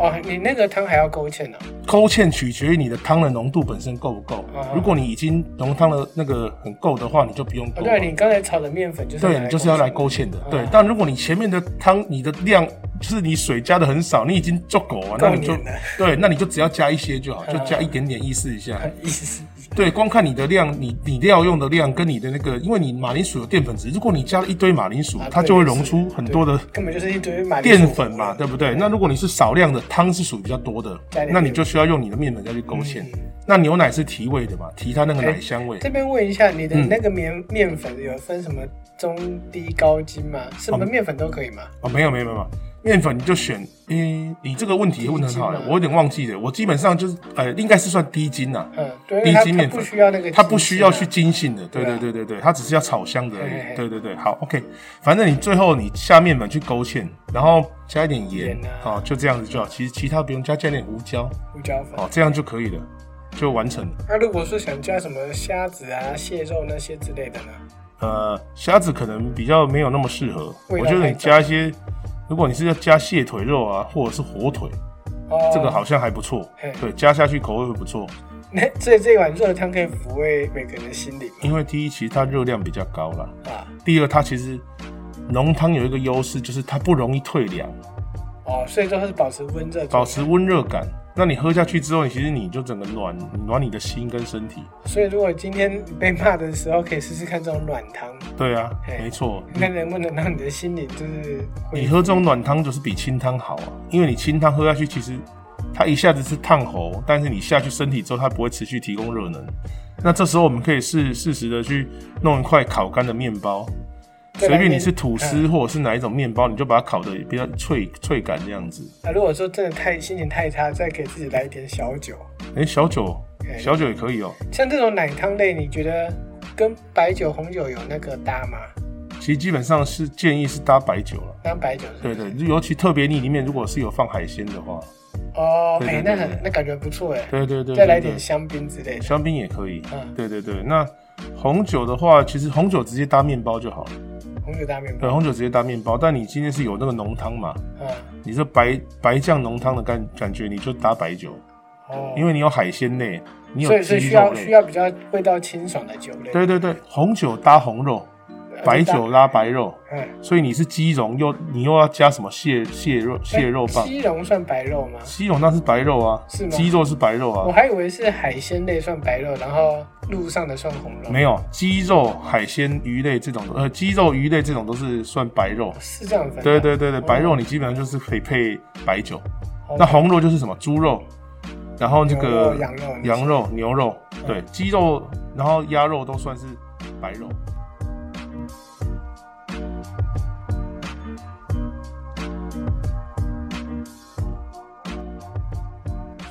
[SPEAKER 2] 哦，你那个汤还要勾芡呢，
[SPEAKER 1] 勾芡取决于你的汤的浓度本身够不够。
[SPEAKER 2] 嗯
[SPEAKER 1] 如果你已经浓汤的那个很够的话，你就不用勾
[SPEAKER 2] 哦，
[SPEAKER 1] 了。
[SPEAKER 2] 对，你啊刚才炒的面粉就是
[SPEAKER 1] 对，你就是要来
[SPEAKER 2] 勾
[SPEAKER 1] 勾芡的。对，但如果你前面的汤你的量就是你水加的很少，你已经足够了，那你就
[SPEAKER 2] 够黏了
[SPEAKER 1] 对，那你就只要加一些就好，就
[SPEAKER 2] 嗯
[SPEAKER 1] 加一点点意思一下。
[SPEAKER 2] 芡， 意思是
[SPEAKER 1] 对，光看你的量，你你料用的量跟你的那个，因为你马铃薯有淀粉质，如果你加了一堆马铃薯
[SPEAKER 2] 啊，
[SPEAKER 1] 它
[SPEAKER 2] 对
[SPEAKER 1] 就会
[SPEAKER 2] 也
[SPEAKER 1] 溶
[SPEAKER 2] 是
[SPEAKER 1] 出很多的
[SPEAKER 2] 根本就是一堆马铃薯嗯
[SPEAKER 1] 淀粉嘛，对不对？那如果你是少量的，汤是属于比较多的
[SPEAKER 2] 加，点嗯
[SPEAKER 1] 那你就需要用你的面粉再去勾芡。那牛奶是提味的嘛，提它那个奶香味。
[SPEAKER 2] 这边问一下，你的
[SPEAKER 1] 嗯
[SPEAKER 2] 那个面面粉有分什么中低高筋吗？什么面粉都可以吗？
[SPEAKER 1] 哦，没有没有没有没有，面粉你就选，诶、你这个问题问得很好了
[SPEAKER 2] 低筋，啊
[SPEAKER 1] 我有点忘记了。我基本上就是，呃，应该是算低筋呐、
[SPEAKER 2] 嗯，对，因为
[SPEAKER 1] 低
[SPEAKER 2] 它
[SPEAKER 1] 筋
[SPEAKER 2] 它
[SPEAKER 1] 面
[SPEAKER 2] 不
[SPEAKER 1] 粉
[SPEAKER 2] 需要那个，
[SPEAKER 1] 它不需要去，筋性的，对
[SPEAKER 2] 对啊
[SPEAKER 1] 对对对对，它只是要炒香的而
[SPEAKER 2] 嘿嘿
[SPEAKER 1] 已，
[SPEAKER 2] 嘿
[SPEAKER 1] 对对对。好，OK，反正你最后你下面粉去勾芡，然后加一点盐
[SPEAKER 2] 盐，啊
[SPEAKER 1] 哦，就这样子就好。其实其他不用加，加点胡椒，
[SPEAKER 2] 胡椒粉。
[SPEAKER 1] 哦，这样就可以了，就完成了。
[SPEAKER 2] 那如果是想加什么虾子啊、蟹肉那些之类的呢？
[SPEAKER 1] 呃，虾子可能比较没有那么适合，
[SPEAKER 2] 味
[SPEAKER 1] 我
[SPEAKER 2] 道
[SPEAKER 1] 觉得
[SPEAKER 2] 太
[SPEAKER 1] 你加一些，如果你是要加蟹腿肉啊，或者是火腿，
[SPEAKER 2] 哦
[SPEAKER 1] 这个好像还不错
[SPEAKER 2] 嘿，
[SPEAKER 1] 对，加下去口味会不错，
[SPEAKER 2] 那所以这一碗热汤可以抚慰每个人的心灵
[SPEAKER 1] 因为第一其实它热量比较高啦，
[SPEAKER 2] 啊。
[SPEAKER 1] 第二它其实浓汤有一个优势就是它不容易退凉，
[SPEAKER 2] 哦，所以说它是保持温热，
[SPEAKER 1] 保持。温热感。那你喝下去之后，你其实你就整个暖暖你的心跟身体。
[SPEAKER 2] 所以如果今天你被骂的时候，可以试试看这种暖汤，
[SPEAKER 1] 对啊，
[SPEAKER 2] 嘿
[SPEAKER 1] 没错。
[SPEAKER 2] 看能不能让你的心灵就是
[SPEAKER 1] 你
[SPEAKER 2] 会
[SPEAKER 1] 喝这种暖汤就是比清汤好啊，因为你清汤喝下去，其实它一下子是烫喉，但是你下去身体之后，它不会持续提供热能。那这时候我们可以适适时的去弄一块烤干的面包，
[SPEAKER 2] 对
[SPEAKER 1] 随
[SPEAKER 2] 吧
[SPEAKER 1] 便你
[SPEAKER 2] 面
[SPEAKER 1] 是吐司
[SPEAKER 2] 嗯
[SPEAKER 1] 或者是哪一种面包，你就把它烤的比较脆脆感这样子。
[SPEAKER 2] 啊。如果说真的太心情太差，再给自己来一点小酒，
[SPEAKER 1] 哎、小酒
[SPEAKER 2] 哎，
[SPEAKER 1] 小酒也可以哦、
[SPEAKER 2] 像这种奶汤类，你觉得跟白酒、红酒有那个搭吗？
[SPEAKER 1] 其实基本上是建议是搭白酒了。
[SPEAKER 2] 当白酒是不
[SPEAKER 1] 对
[SPEAKER 2] 是
[SPEAKER 1] 对，尤其特别你里面如果是有放海鲜的话，
[SPEAKER 2] 哦，
[SPEAKER 1] 对
[SPEAKER 2] 哎、
[SPEAKER 1] 对
[SPEAKER 2] 那
[SPEAKER 1] 对
[SPEAKER 2] 很
[SPEAKER 1] 对
[SPEAKER 2] 那感觉不错哎。
[SPEAKER 1] 对对对，
[SPEAKER 2] 再来
[SPEAKER 1] 对对
[SPEAKER 2] 点香槟之类的。
[SPEAKER 1] 香槟也可以。
[SPEAKER 2] 嗯
[SPEAKER 1] 对对对，那红酒的话，其实红酒直接搭面包就好了。
[SPEAKER 2] 红酒大面
[SPEAKER 1] 对，
[SPEAKER 2] 包，
[SPEAKER 1] 红酒直接搭面包，但你今天是有那个浓汤嘛？
[SPEAKER 2] 嗯，
[SPEAKER 1] 你这白白酱浓汤的感感觉，你就搭白酒，
[SPEAKER 2] 哦，
[SPEAKER 1] 因为你有海鲜类，你
[SPEAKER 2] 所
[SPEAKER 1] 有
[SPEAKER 2] 以是
[SPEAKER 1] 鸡
[SPEAKER 2] 需
[SPEAKER 1] 肉
[SPEAKER 2] 要需
[SPEAKER 1] 类。
[SPEAKER 2] 要比较味道清爽的酒类，
[SPEAKER 1] 对对对，红酒搭红肉，
[SPEAKER 2] 呃，
[SPEAKER 1] 白
[SPEAKER 2] 就搭
[SPEAKER 1] 酒，搭白肉，
[SPEAKER 2] 嗯，
[SPEAKER 1] 所以你是鸡茸又你又要加什么蟹蟹肉蟹肉
[SPEAKER 2] 哎
[SPEAKER 1] 棒？
[SPEAKER 2] 鸡茸算白肉吗？
[SPEAKER 1] 鸡茸那是白肉啊
[SPEAKER 2] 是，吗
[SPEAKER 1] 鸡肉是白肉啊。
[SPEAKER 2] 我还以为是海鲜类算白肉，然后路上的算红肉，
[SPEAKER 1] 没有鸡肉、海鲜、鱼类这种，呃，鸡肉、鱼类这种都是算白肉。
[SPEAKER 2] 是这样分的。
[SPEAKER 1] 对对对对，
[SPEAKER 2] 哦
[SPEAKER 1] 白肉你基本上就是可以配白酒。
[SPEAKER 2] 好，
[SPEAKER 1] 那红肉就是什么？猪肉，然后这
[SPEAKER 2] 牛
[SPEAKER 1] 个
[SPEAKER 2] 肉羊肉那些嗯
[SPEAKER 1] 羊肉、牛肉，对，鸡肉，然后鸭肉都算是白肉。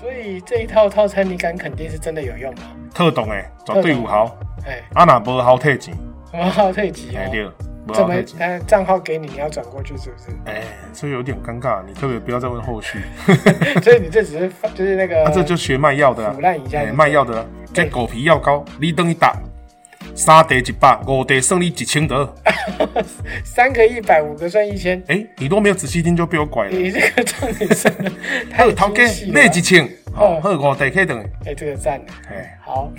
[SPEAKER 2] 所以这一套套餐你敢肯定是真的有用吗？
[SPEAKER 1] 特懂哎，绝对
[SPEAKER 2] 特懂
[SPEAKER 1] 五毫，
[SPEAKER 2] 哎，
[SPEAKER 1] 阿那不好退钱，
[SPEAKER 2] 什么好退级
[SPEAKER 1] 哎
[SPEAKER 2] 哦？
[SPEAKER 1] 对，不
[SPEAKER 2] 怎
[SPEAKER 1] 好
[SPEAKER 2] 么
[SPEAKER 1] 退钱。
[SPEAKER 2] 呃账号给你，你要转过去是不是？
[SPEAKER 1] 哎，这有点尴尬，你可不可以不要再问后续？
[SPEAKER 2] 所以你这只是发就是那个，
[SPEAKER 1] 啊，这就学卖药的啊
[SPEAKER 2] 腐烂一下就对
[SPEAKER 1] 哎卖药的啊，这狗皮药膏，你等一打，三袋一百，五袋剩你一千 得。
[SPEAKER 2] 三个一百，五个算一千。
[SPEAKER 1] 哎，你都没有仔细听就被我拐了。
[SPEAKER 2] 你这个重 点真的太
[SPEAKER 1] 好，头家
[SPEAKER 2] 精细了
[SPEAKER 1] 买一。千，好，
[SPEAKER 2] 嗯
[SPEAKER 1] 好五袋可以等。
[SPEAKER 2] 哎，这个赞。
[SPEAKER 1] 哎，
[SPEAKER 2] 好，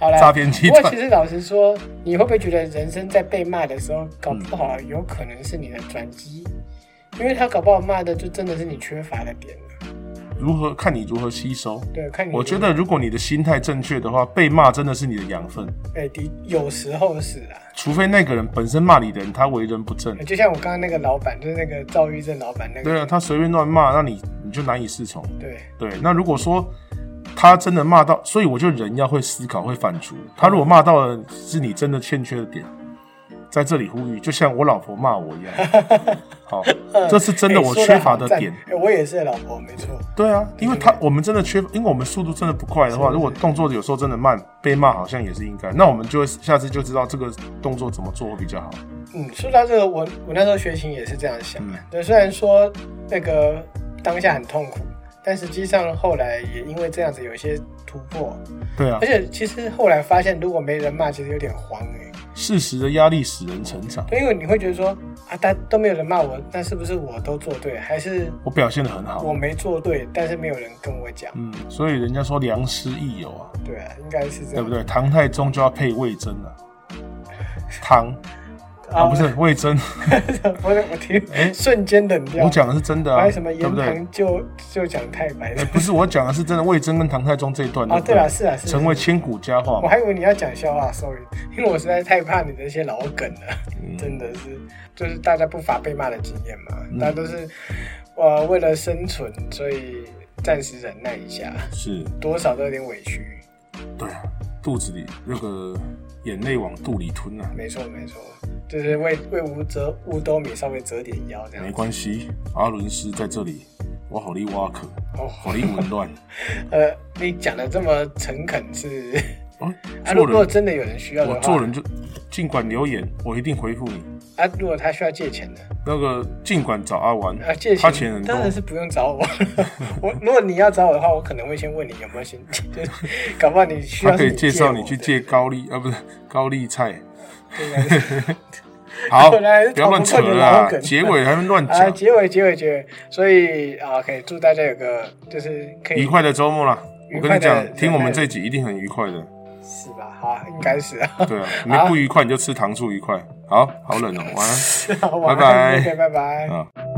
[SPEAKER 2] 好了。
[SPEAKER 1] 诈骗集团
[SPEAKER 2] 不过其实老实说，你会不会觉得人生在被骂的时候，搞
[SPEAKER 1] 嗯
[SPEAKER 2] 不好有可能是你的转机，因为他搞不好骂的就真的是你缺乏的点了。
[SPEAKER 1] 如何看你如何吸收？
[SPEAKER 2] 对，看你。
[SPEAKER 1] 我觉，得如果你的心态正确的话，被骂真的是你的养分。
[SPEAKER 2] 哎，的有时候是啊。
[SPEAKER 1] 除非那个人本身骂你的人他为人不正，
[SPEAKER 2] 就像我刚刚那个老板，就是那个躁郁症老板那个，
[SPEAKER 1] 对啊，他随便乱骂，那你你就难以适从。
[SPEAKER 2] 对
[SPEAKER 1] 对，那如果说他真的骂到，所以我觉得人要会思考、会反刍。他如果骂到了是你真的欠缺的点，在这里呼吁，就像我老婆骂我 一样，好，这是真的
[SPEAKER 2] 哎
[SPEAKER 1] 我
[SPEAKER 2] 说
[SPEAKER 1] 缺
[SPEAKER 2] 得
[SPEAKER 1] 乏
[SPEAKER 2] 好
[SPEAKER 1] 的
[SPEAKER 2] 赞
[SPEAKER 1] 点。
[SPEAKER 2] 哎我也是老婆，没错。
[SPEAKER 1] 对啊，因为他我们真的缺，因为我们速度真的不快的话，如果动作有时候真的慢，被骂好像也是应该。那我们就会下次就知道这个动作怎么做会比较好。
[SPEAKER 2] 嗯，说到这个，我我那时候学琴也是这样想
[SPEAKER 1] 嗯。
[SPEAKER 2] 对，虽然说那个当下很痛苦，但实际上后来也因为这样子有一些突破，
[SPEAKER 1] 对啊
[SPEAKER 2] 而，且其实后来发现，如果没人骂，其实有点慌哎、
[SPEAKER 1] 适时的压力使人成长。
[SPEAKER 2] 对，因为你会觉得说啊，大都没有人骂我，那是不是我都做对，还是
[SPEAKER 1] 我表现的很好
[SPEAKER 2] 我，没做对，但是没有人跟我讲？
[SPEAKER 1] 嗯，所以人家说良师益友啊，
[SPEAKER 2] 对啊，应该是这
[SPEAKER 1] 对
[SPEAKER 2] 样，
[SPEAKER 1] 不？对？唐太宗就要配魏征 啊，唐
[SPEAKER 2] 啊，
[SPEAKER 1] 啊不是魏征，
[SPEAKER 2] 我我听、
[SPEAKER 1] 哎
[SPEAKER 2] 瞬间冷掉。
[SPEAKER 1] 我讲的是真的
[SPEAKER 2] 还
[SPEAKER 1] 啊，
[SPEAKER 2] 有什么
[SPEAKER 1] 对
[SPEAKER 2] 言
[SPEAKER 1] 不对？
[SPEAKER 2] 谈就就讲太白
[SPEAKER 1] 哎
[SPEAKER 2] 了。
[SPEAKER 1] 不是我讲的是真的，魏征跟唐太宗这一段
[SPEAKER 2] 啊，
[SPEAKER 1] 不
[SPEAKER 2] 对了，是啊，是啊
[SPEAKER 1] 成为千古佳话
[SPEAKER 2] 我
[SPEAKER 1] 嘛。
[SPEAKER 2] 还以为你要讲笑话，sorry，因为我实在太怕你的一些老梗了，
[SPEAKER 1] 嗯
[SPEAKER 2] 真的是，就是大家不乏被骂的经验嘛，
[SPEAKER 1] 嗯
[SPEAKER 2] 大家都是，呃，为了生存，所以暂时忍耐一下，
[SPEAKER 1] 是，
[SPEAKER 2] 多少都有点委屈，
[SPEAKER 1] 对啊，肚子里那个眼泪往肚里吞啊，
[SPEAKER 2] 没错没错，就是为为五折五斗米稍微折点腰这
[SPEAKER 1] 没
[SPEAKER 2] 样子，
[SPEAKER 1] 关系，阿伦斯在这里，我好力挖可，
[SPEAKER 2] 哦，
[SPEAKER 1] 好力紊 乱。
[SPEAKER 2] 呃，你讲的这么诚恳是，
[SPEAKER 1] 哦
[SPEAKER 2] 啊，
[SPEAKER 1] 做
[SPEAKER 2] 如果
[SPEAKER 1] 人
[SPEAKER 2] 真的有人需要的
[SPEAKER 1] 我
[SPEAKER 2] 话，
[SPEAKER 1] 做人就尽管留言，我一定回复你。
[SPEAKER 2] 啊，如果他需要借钱呢？
[SPEAKER 1] 那个尽管找阿玩
[SPEAKER 2] 啊，借，
[SPEAKER 1] 他钱很多
[SPEAKER 2] 当，然是不用找我。 我如果你要找我的话，我可能会先问你有没有先， 就是搞不好你需
[SPEAKER 1] 他
[SPEAKER 2] 要
[SPEAKER 1] 可
[SPEAKER 2] 是
[SPEAKER 1] 以介绍
[SPEAKER 2] 你
[SPEAKER 1] 你去借
[SPEAKER 2] 借
[SPEAKER 1] 高丽啊，不是高丽菜。
[SPEAKER 2] 我的。对对对
[SPEAKER 1] 好，
[SPEAKER 2] 不
[SPEAKER 1] 不要乱扯
[SPEAKER 2] 了
[SPEAKER 1] 啦，结尾还能乱
[SPEAKER 2] 啊，
[SPEAKER 1] 讲。
[SPEAKER 2] 结尾结尾结尾，所以啊，可以祝大家有个就是可
[SPEAKER 1] 愉
[SPEAKER 2] 以
[SPEAKER 1] 快的周末啦！
[SPEAKER 2] 愉
[SPEAKER 1] 我跟
[SPEAKER 2] 快的
[SPEAKER 1] 你讲
[SPEAKER 2] 对，
[SPEAKER 1] 听我们这集一定很愉快的。
[SPEAKER 2] 是吧？好啊，应该是啊。
[SPEAKER 1] 对 啊，你不愉快你就吃糖醋愉快。好好冷哦，晚安。
[SPEAKER 2] 好，晚
[SPEAKER 1] 拜
[SPEAKER 2] 安
[SPEAKER 1] 拜
[SPEAKER 2] 啊，OK，拜拜。
[SPEAKER 1] 啊。